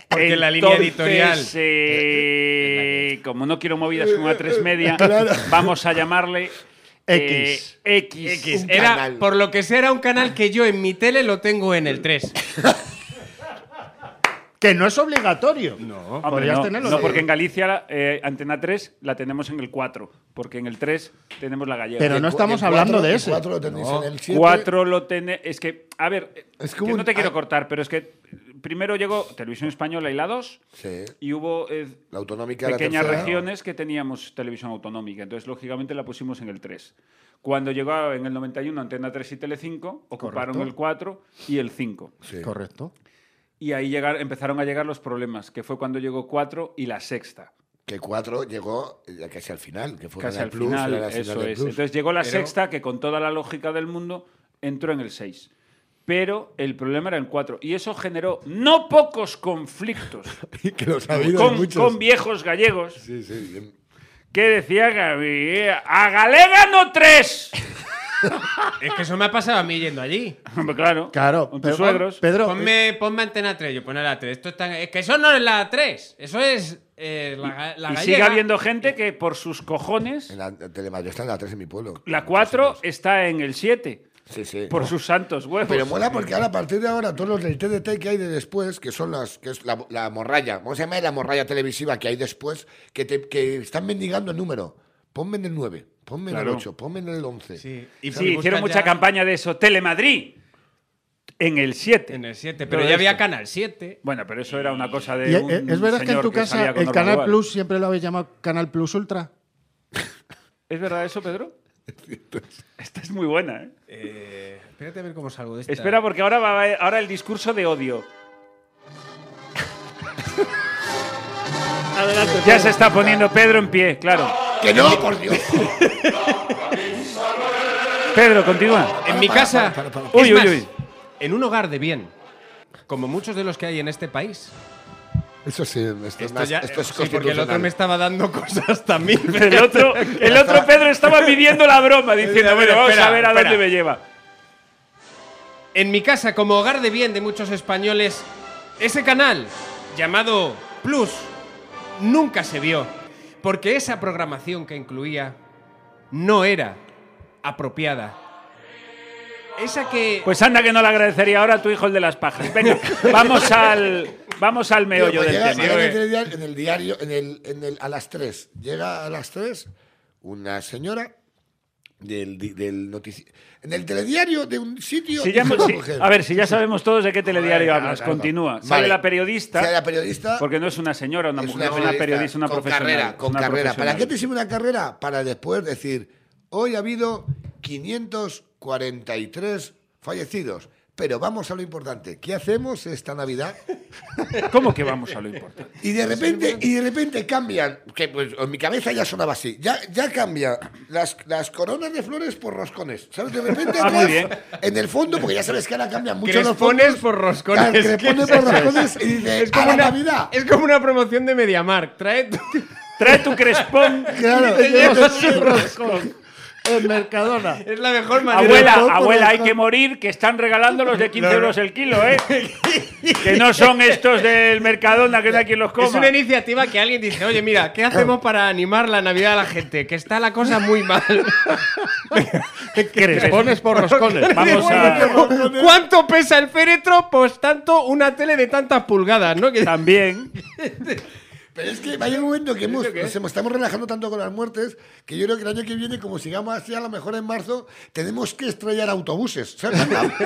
Speaker 5: Porque la línea editorial-
Speaker 2: eh, como no quiero movidas como a tres media, vamos a llamarle eh,
Speaker 4: X.
Speaker 2: X.
Speaker 5: X.
Speaker 6: Un
Speaker 5: Era,
Speaker 6: canal.
Speaker 5: por lo que sea, era un canal que yo en mi tele lo tengo en el 3.
Speaker 4: Que no es obligatorio.
Speaker 5: No.
Speaker 2: Hombre,
Speaker 4: Podrías
Speaker 2: Ah, no,
Speaker 4: tenerlo.
Speaker 2: no,
Speaker 4: Sí.
Speaker 2: porque en Galicia eh, Antena 3 la tenemos en el 4, porque en el 3 tenemos la gallega.
Speaker 4: Pero no estamos hablando de ese.
Speaker 6: Cuatro lo tenéis
Speaker 5: No.
Speaker 6: en el siete.
Speaker 2: Cuatro lo tiene. Es que, a ver,
Speaker 6: Es que
Speaker 2: que
Speaker 6: hubo
Speaker 2: no
Speaker 6: un-
Speaker 2: te quiero
Speaker 6: ah.
Speaker 2: cortar, pero es que primero llegó Televisión Española y la 2,
Speaker 6: Sí.
Speaker 2: y hubo eh,
Speaker 6: La autonómica la
Speaker 2: pequeñas
Speaker 6: tercera.
Speaker 2: regiones que teníamos televisión autonómica. Entonces, lógicamente, la pusimos en el 3. Cuando llegó en el 91 Antena 3 y Telecinco, ocuparon
Speaker 4: Correcto.
Speaker 2: el 4 y el 5.
Speaker 6: Sí.
Speaker 4: Correcto.
Speaker 2: Y ahí llegar, empezaron a llegar los problemas, que fue cuando llegó 4 y la sexta.
Speaker 6: Que cuatro llegó eh, casi al final, que fue
Speaker 2: Casi
Speaker 6: Canal
Speaker 2: al
Speaker 6: Plus,
Speaker 2: final,
Speaker 6: era la señal
Speaker 2: eso
Speaker 6: del
Speaker 2: es.
Speaker 6: Plus.
Speaker 2: Entonces llegó la
Speaker 5: Pero-
Speaker 2: sexta, que con toda la lógica del mundo entró en el 6. Pero el problema era el 4. Y eso generó no pocos conflictos
Speaker 6: que los ha habido
Speaker 2: con,
Speaker 6: muchos.
Speaker 2: con viejos gallegos
Speaker 6: Sí, sí, bien.
Speaker 2: que decían "A- ¡A Galega no tres!
Speaker 5: Es que eso me ha pasado a mí yendo allí.
Speaker 2: Hombre, claro,
Speaker 4: Claro.
Speaker 2: con
Speaker 4: pero-
Speaker 2: tus suegros.
Speaker 4: Pedro, eh,
Speaker 5: pues Ponme, ponme antena 3, yo pongo la 3. Esto está, es que eso no es la 3. Eso es eh, la, ga- la
Speaker 2: y
Speaker 5: gallega.
Speaker 2: sigue habiendo gente que por sus cojones,
Speaker 6: En la en Telemadrid está en la 3 en mi pueblo.
Speaker 2: la 4 está en el 7.
Speaker 6: Sí, sí.
Speaker 2: Por sus santos huevos.
Speaker 6: Pero mola porque ahora a partir de ahora todos los del TDT que hay de después, que son las que es la, la morralla, ¿cómo se llama? La morralla televisiva que hay después, que te que están mendigando el número. Ponme en el 9, ponme en
Speaker 2: Claro.
Speaker 6: el 8, ponme en el 11.
Speaker 5: Sí,
Speaker 2: Sí,
Speaker 5: y buscan
Speaker 2: hicieron mucha
Speaker 5: ya
Speaker 2: campaña de eso. Telemadrid en el 7.
Speaker 5: En el 7, pero
Speaker 2: Todo
Speaker 5: ya había
Speaker 2: esto.
Speaker 5: Canal 7.
Speaker 2: Bueno, pero eso era una cosa de.
Speaker 4: Y,
Speaker 2: un
Speaker 4: eh, es verdad que en
Speaker 2: señor
Speaker 4: tu casa
Speaker 2: salía con
Speaker 4: el
Speaker 2: Norma
Speaker 4: Canal
Speaker 2: Duval.
Speaker 4: Plus siempre lo habéis llamado Canal Plus Ultra.
Speaker 2: ¿Es verdad eso, Pedro? Esta es muy buena, ¿eh?
Speaker 5: Eh, espérate a ver cómo salgo de esta.
Speaker 2: Espera, porque ahora va ahora el discurso de odio. Ya se está poniendo Pedro en pie, claro.
Speaker 6: Que no, por Dios.
Speaker 2: Pedro, continúa.
Speaker 5: En mi casa.
Speaker 2: para.
Speaker 5: es
Speaker 2: Uy, uy,
Speaker 5: más,
Speaker 2: uy.
Speaker 5: En un hogar de bien, como muchos de los que hay en este país.
Speaker 6: Eso sí, esto, es
Speaker 5: Esto,
Speaker 6: más-
Speaker 5: ya,
Speaker 6: esto es
Speaker 5: sí, porque el otro
Speaker 6: constitucional.
Speaker 5: me estaba dando cosas también.
Speaker 2: El otro, el otro Pedro estaba midiendo la broma, diciendo,
Speaker 5: A ver,
Speaker 2: bueno, vamos
Speaker 5: espera,
Speaker 2: a ver a
Speaker 5: espera.
Speaker 2: dónde me lleva.
Speaker 5: En mi casa, como hogar de bien de muchos españoles, ese canal llamado Plus nunca se vio, porque esa programación que incluía no era apropiada. Esa que...
Speaker 2: Pues anda que no le agradecería ahora a tu hijo el de las pajas. Venga, vamos al, vamos al
Speaker 6: Tío,
Speaker 2: meollo
Speaker 6: pues
Speaker 2: del
Speaker 6: llega-
Speaker 2: tema.
Speaker 6: llega en el diario- en el diario, en el, en el- a las 3. Llega a las 3 una señora del, di- del notici- En el telediario de un sitio.
Speaker 2: Si ya-
Speaker 6: dice una
Speaker 2: si-
Speaker 6: mujer.
Speaker 2: a ver, si ya sabemos todos de qué telediario
Speaker 6: Vale,
Speaker 2: hablas,
Speaker 6: claro, claro.
Speaker 2: continúa. Sale
Speaker 6: Vale.
Speaker 2: la
Speaker 6: Sale
Speaker 2: periodista,
Speaker 6: la periodista.
Speaker 2: porque no es una señora, una
Speaker 6: es
Speaker 2: mujer, es una periodista, una
Speaker 6: con
Speaker 2: profesional.
Speaker 6: Carrera, con
Speaker 2: una
Speaker 6: carrera. ¿Para
Speaker 2: profesional.
Speaker 6: qué te sirve una carrera? Para después decir, hoy ha habido 543 fallecidos. Pero vamos a lo importante. ¿Qué hacemos esta Navidad?
Speaker 2: ¿Cómo que vamos a lo importante?
Speaker 6: Y de repente, y de repente cambian, que pues, en mi cabeza ya sonaba así, ya, ya cambia las, las coronas de flores por roscones. ¿Sabes? De repente
Speaker 2: Ah, muy
Speaker 6: atrás,
Speaker 2: bien.
Speaker 6: en el fondo, porque ya sabes que ahora cambian mucho los
Speaker 5: Crespones
Speaker 6: fondos.
Speaker 5: por roscones.
Speaker 6: Claro, Crespones
Speaker 5: ¿Qué es
Speaker 6: por
Speaker 5: eso?
Speaker 6: roscones y dices,
Speaker 5: es, como
Speaker 6: "A la
Speaker 5: una,
Speaker 6: Navidad".
Speaker 5: es como una promoción de MediaMark. Trae tu-
Speaker 2: Trae tu crespón.
Speaker 6: Claro,
Speaker 4: El Mercadona.
Speaker 5: Es la mejor manera.
Speaker 2: Abuela,
Speaker 4: Crespón por
Speaker 2: abuela, hay
Speaker 4: roscón.
Speaker 2: que morir, que están regalando los de 15 euros el kilo, ¿eh? Que no son estos del Mercadona, que no hay quien los
Speaker 5: Es
Speaker 2: coma.
Speaker 5: una iniciativa que alguien dice, oye, mira, ¿qué hacemos para animar la Navidad a la gente? Que está la cosa muy mal.
Speaker 4: Crespones por roscones.
Speaker 2: Vamos a...
Speaker 5: ¿Cuánto pesa el féretro? Pues tanto una tele de tantas pulgadas, ¿no? Que-
Speaker 2: También.
Speaker 6: Pero es que va a llegar un momento que hemos- nos hemos- estamos relajando tanto con las muertes que yo creo que el año que viene, como sigamos así, a lo mejor en marzo, tenemos que estrellar autobuses. ¿sabes? Para, que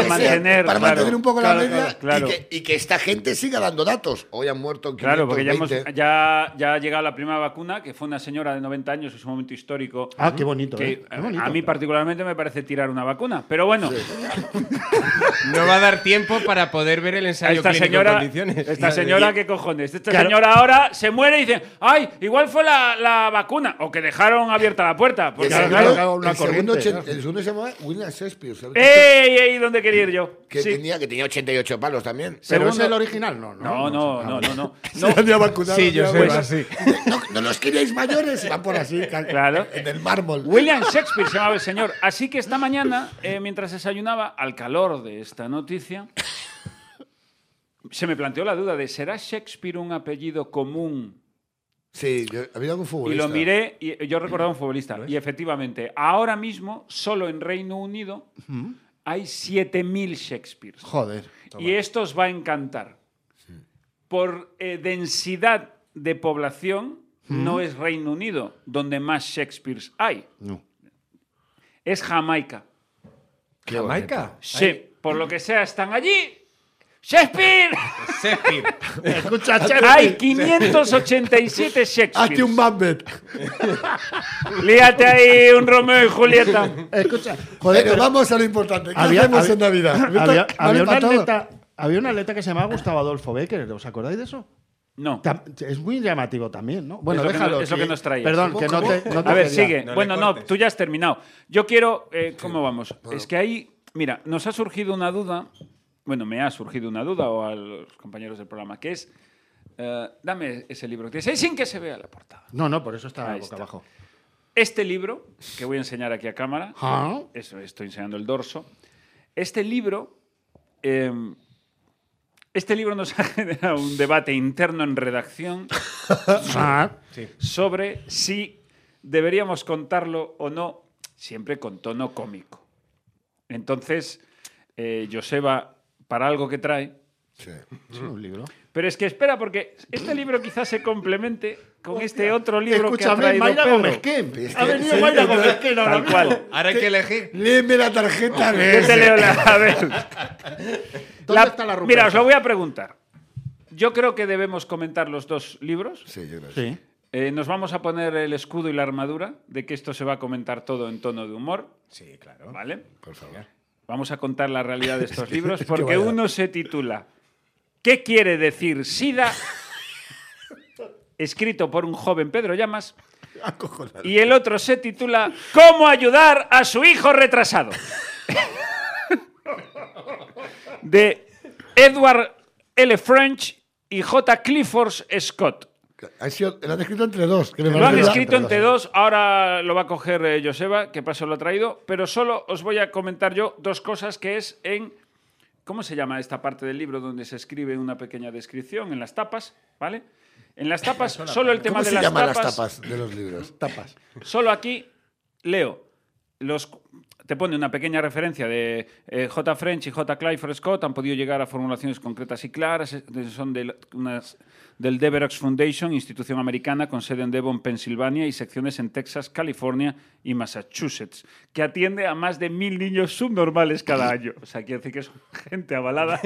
Speaker 6: sea-
Speaker 2: mantener,
Speaker 6: para
Speaker 2: claro,
Speaker 6: mantener un poco
Speaker 2: claro,
Speaker 6: la media
Speaker 2: claro,
Speaker 6: y,
Speaker 2: claro.
Speaker 6: que, y que esta gente siga dando datos. Hoy han muerto
Speaker 2: Claro, porque ya, hemos,
Speaker 6: 520.
Speaker 2: ya, ya ha llegado la primera vacuna, que fue una señora de 90 años, es un momento histórico.
Speaker 4: Ah, qué bonito.
Speaker 2: que,
Speaker 4: eh. Qué
Speaker 2: eh,
Speaker 4: bonito.
Speaker 2: a mí particularmente me parece tirar una vacuna, pero bueno,
Speaker 5: No va a dar tiempo para poder ver el
Speaker 2: a
Speaker 5: ensayo
Speaker 2: esta
Speaker 5: clínico en
Speaker 2: señora,
Speaker 5: condiciones.
Speaker 2: esta
Speaker 5: Madre
Speaker 2: señora
Speaker 5: mía.
Speaker 2: qué cojones, esta
Speaker 4: Claro.
Speaker 2: señora ahora se muere y dice, ay, igual fue la, la vacuna o que dejaron abierta la puerta.
Speaker 6: El
Speaker 2: Porque,
Speaker 4: Claro,
Speaker 6: segundo-
Speaker 4: claro, una
Speaker 6: el, segundo
Speaker 4: corriente,
Speaker 6: ochen- el segundo se llamaba William Shakespeare. ¿sabes?
Speaker 2: ¡Ey, ey! ¿Dónde quería ir yo?
Speaker 6: Que,
Speaker 2: Eh, Sí.
Speaker 6: tenía, que tenía 88 palos también.
Speaker 4: Pero es
Speaker 2: segundo-
Speaker 4: el original, no,
Speaker 2: No,
Speaker 4: no.
Speaker 2: no, no, no, no.
Speaker 6: No, había vacunado.
Speaker 5: Sí, yo
Speaker 6: ya,
Speaker 5: sé,
Speaker 6: pues,
Speaker 5: va así.
Speaker 6: No, no los queríais mayores y van por así, cal-
Speaker 2: Claro.
Speaker 6: en el mármol.
Speaker 2: William Shakespeare se llamaba el señor. Así que esta mañana, eh, mientras desayunaba, al calor de esta noticia, se me planteó la duda de ¿será Shakespeare un apellido común?
Speaker 6: Sí, yo, había algún
Speaker 2: Y
Speaker 6: futbolista.
Speaker 2: lo miré y yo recordaba un futbolista. Y efectivamente, ahora mismo, solo en Reino Unido, hay 7.000 Shakespeares.
Speaker 4: Joder.
Speaker 2: Y esto os va a encantar. Por eh, densidad de población, no es Reino Unido donde más Shakespeares hay.
Speaker 4: No.
Speaker 2: Es Jamaica.
Speaker 6: Qué
Speaker 5: Jamaica.
Speaker 2: Sí, por lo que sea, están allí. ¡Shakespeare!
Speaker 5: Shakespeare.
Speaker 4: Escucha,
Speaker 2: Hay 587 Shakespeare.
Speaker 6: Hazte un Macbeth.
Speaker 2: Líate ahí un Romeo y Julieta.
Speaker 4: Escucha. Joder,
Speaker 6: Pero
Speaker 4: pero
Speaker 6: vamos a lo importante. ¿Qué
Speaker 4: había-
Speaker 6: hacemos
Speaker 4: había-
Speaker 6: en Navidad? ¿Esto vale
Speaker 4: había, había un
Speaker 6: para todo?
Speaker 4: atleta, había un atleta que se llamaba Gustavo Adolfo Becker. ¿Os acordáis de eso?
Speaker 2: No.
Speaker 4: Tam- Es muy llamativo también, ¿no? Bueno,
Speaker 2: Es lo que no-
Speaker 4: déjalo.
Speaker 2: es lo que nos traías.
Speaker 4: Perdón, que no te, no te
Speaker 2: A ver,
Speaker 4: quería.
Speaker 2: sigue.
Speaker 5: No le
Speaker 2: bueno, no,
Speaker 5: cortes.
Speaker 2: tú ya has terminado. Yo quiero. eh, ¿Cómo vamos? Es que ahí. Mira, nos ha surgido una duda. Bueno, me ha surgido una duda, o a los compañeros del programa, que es. eh, dame ese libro que tienes ahí sin que se vea la portada.
Speaker 4: No, no, por eso está
Speaker 2: Ahí está.
Speaker 4: boca abajo.
Speaker 2: Este libro, que voy a enseñar aquí a cámara,
Speaker 4: Ah,
Speaker 2: eso estoy enseñando el dorso. Este libro eh, Este libro nos ha generado un debate interno en redacción sobre si deberíamos contarlo o no, siempre con tono cómico. Entonces, eh, Joseba, para algo que trae.
Speaker 4: Un libro.
Speaker 2: Pero es que espera, porque este libro quizás se complemente con este otro libro que ha
Speaker 4: Escúchame,
Speaker 2: traído
Speaker 4: Mayra
Speaker 2: Pedro.
Speaker 4: Gómez Kemp. Ha venido Mayra Gómez Kemp ahora
Speaker 2: Tal
Speaker 4: mismo.
Speaker 2: cual.
Speaker 5: Ahora hay que elegir.
Speaker 6: Léeme la tarjeta de
Speaker 2: Yo te leo la- a ver.
Speaker 4: ¿Dónde
Speaker 2: La-
Speaker 4: está la ruta?
Speaker 2: Mira, os lo voy a preguntar. Yo creo que debemos comentar los dos libros.
Speaker 6: Sí, yo creo que sí.
Speaker 7: Sí.
Speaker 2: Eh, nos vamos a poner el escudo y la armadura, de que esto se va a comentar todo en tono de humor.
Speaker 5: Sí, claro.
Speaker 2: ¿Vale?
Speaker 6: Por favor.
Speaker 2: Vamos a contar la realidad de estos libros, porque uno se titula ¿Qué quiere decir SIDA? escrito por un joven Pedro Llamas. Y el otro se titula ¿Cómo ayudar a su hijo retrasado? de Edward L. French y J. Clifford Scott.
Speaker 6: Ha sido- lo han escrito entre dos. que me
Speaker 2: Lo han
Speaker 6: parece-
Speaker 2: escrito entre dos, ahora lo va a coger eh, Joseba, que paso lo ha traído, pero solo os voy a comentar yo dos cosas que es en... ¿Cómo se llama esta parte del libro donde se escribe una pequeña descripción? En las tapas, ¿vale? En las tapas, solo el tema
Speaker 6: ¿Cómo
Speaker 2: de
Speaker 6: se
Speaker 2: las
Speaker 6: llaman
Speaker 2: tapas,
Speaker 6: las tapas de los libros? Tapas.
Speaker 2: Solo aquí, Leo, los, te pone una pequeña referencia de eh, J. French y J. Clifford Scott. Han podido llegar a formulaciones concretas y claras. Es- Son del, unas- del Deverox Foundation, institución americana con sede en Devon, Pensilvania, y secciones en Texas, California y Massachusetts, que atiende a más de mil niños subnormales cada año. O sea, quiere decir que es gente avalada.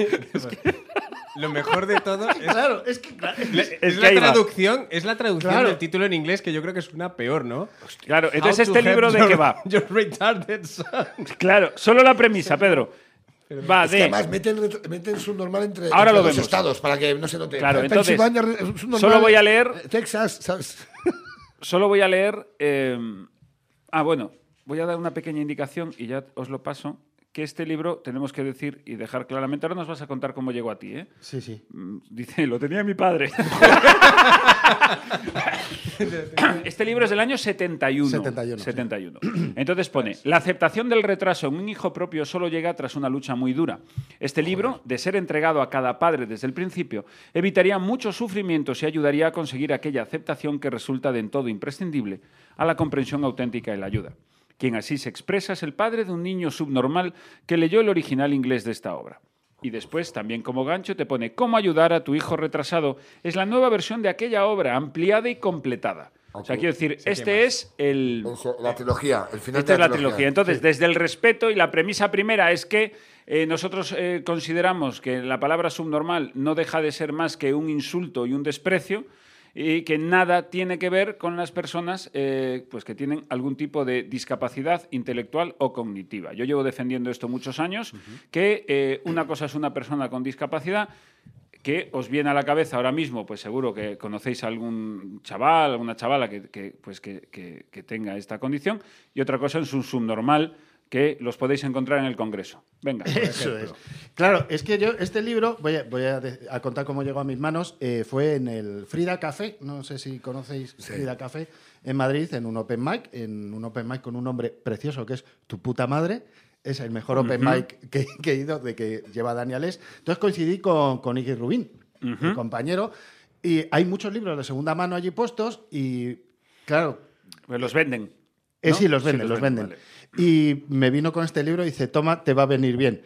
Speaker 5: Lo mejor de todo es,
Speaker 4: Claro, es que claro,
Speaker 5: la,
Speaker 2: Es
Speaker 5: es
Speaker 2: que
Speaker 5: la
Speaker 2: ahí va.
Speaker 5: traducción, es la traducción
Speaker 4: Claro.
Speaker 5: del título en inglés que yo creo que es una peor, ¿no?
Speaker 2: Claro, entonces
Speaker 5: How to
Speaker 2: este libro
Speaker 5: help
Speaker 2: de
Speaker 5: your-
Speaker 2: qué va.
Speaker 5: Your retarded son.
Speaker 2: Claro, solo la premisa, Pedro. Va
Speaker 6: Que
Speaker 2: de...
Speaker 6: además meten, ret- meten subnormal entre,
Speaker 2: Ahora
Speaker 6: entre
Speaker 2: lo
Speaker 6: los
Speaker 2: vemos.
Speaker 6: estados para que no se note.
Speaker 2: Claro, entonces,
Speaker 6: Pensilvania, re- subnormal,
Speaker 2: solo voy a leer
Speaker 6: eh, Texas, ¿sabes?
Speaker 2: Solo voy a leer. eh, ah, bueno, voy a dar una pequeña indicación y ya os lo paso. Que este libro tenemos que decir y dejar claramente. Ahora nos vas a contar cómo llegó a ti, ¿eh?
Speaker 4: Sí, sí.
Speaker 2: Mm, Dice, lo tenía mi padre. este libro es del año 71.
Speaker 4: 71,
Speaker 2: 71. Entonces pone, la aceptación del retraso en un hijo propio solo llega tras una lucha muy dura. Este libro, de ser entregado a cada padre desde el principio, evitaría muchos sufrimientos y ayudaría a conseguir aquella aceptación que resulta de en todo imprescindible a la comprensión auténtica y la ayuda. Quien así se expresa es el padre de un niño subnormal que leyó el original inglés de esta obra. Y después, también como gancho, te pone Cómo ayudar a tu hijo retrasado. Es la nueva versión de aquella obra, ampliada y completada. O sea, quiero decir, este es el.
Speaker 6: Eso, La trilogía, el final
Speaker 2: Esta
Speaker 6: de
Speaker 2: es la trilogía. Entonces, desde el respeto y la premisa primera es que eh, nosotros eh, consideramos que la palabra subnormal no deja de ser más que un insulto y un desprecio y que nada tiene que ver con las personas eh, pues que tienen algún tipo de discapacidad intelectual o cognitiva. Yo llevo defendiendo esto muchos años, que eh, una cosa es una persona con discapacidad que os viene a la cabeza ahora mismo, pues seguro que conocéis a algún chaval, alguna chavala que, que, pues que, que- que tenga esta condición, y otra cosa es un subnormal que los podéis encontrar en el Congreso. Venga.
Speaker 4: Eso es. Claro, es que yo este libro, voy a, voy a de- a contar cómo llegó a mis manos, eh, fue en el Frida Café, no sé si conocéis Frida Café, en Madrid, en un open mic, en un open mic con un nombre precioso que es Tu puta madre. Es el mejor open mic que, que he ido, de que lleva Dani Alés. Entonces coincidí con, con Iggy Rubín, mi compañero, y hay muchos libros de segunda mano allí puestos y, claro,
Speaker 2: Pues los venden.
Speaker 4: eh,
Speaker 2: ¿no?
Speaker 4: sí, los venden, los venden. Y me vino con este libro y dice, toma, te va a venir bien.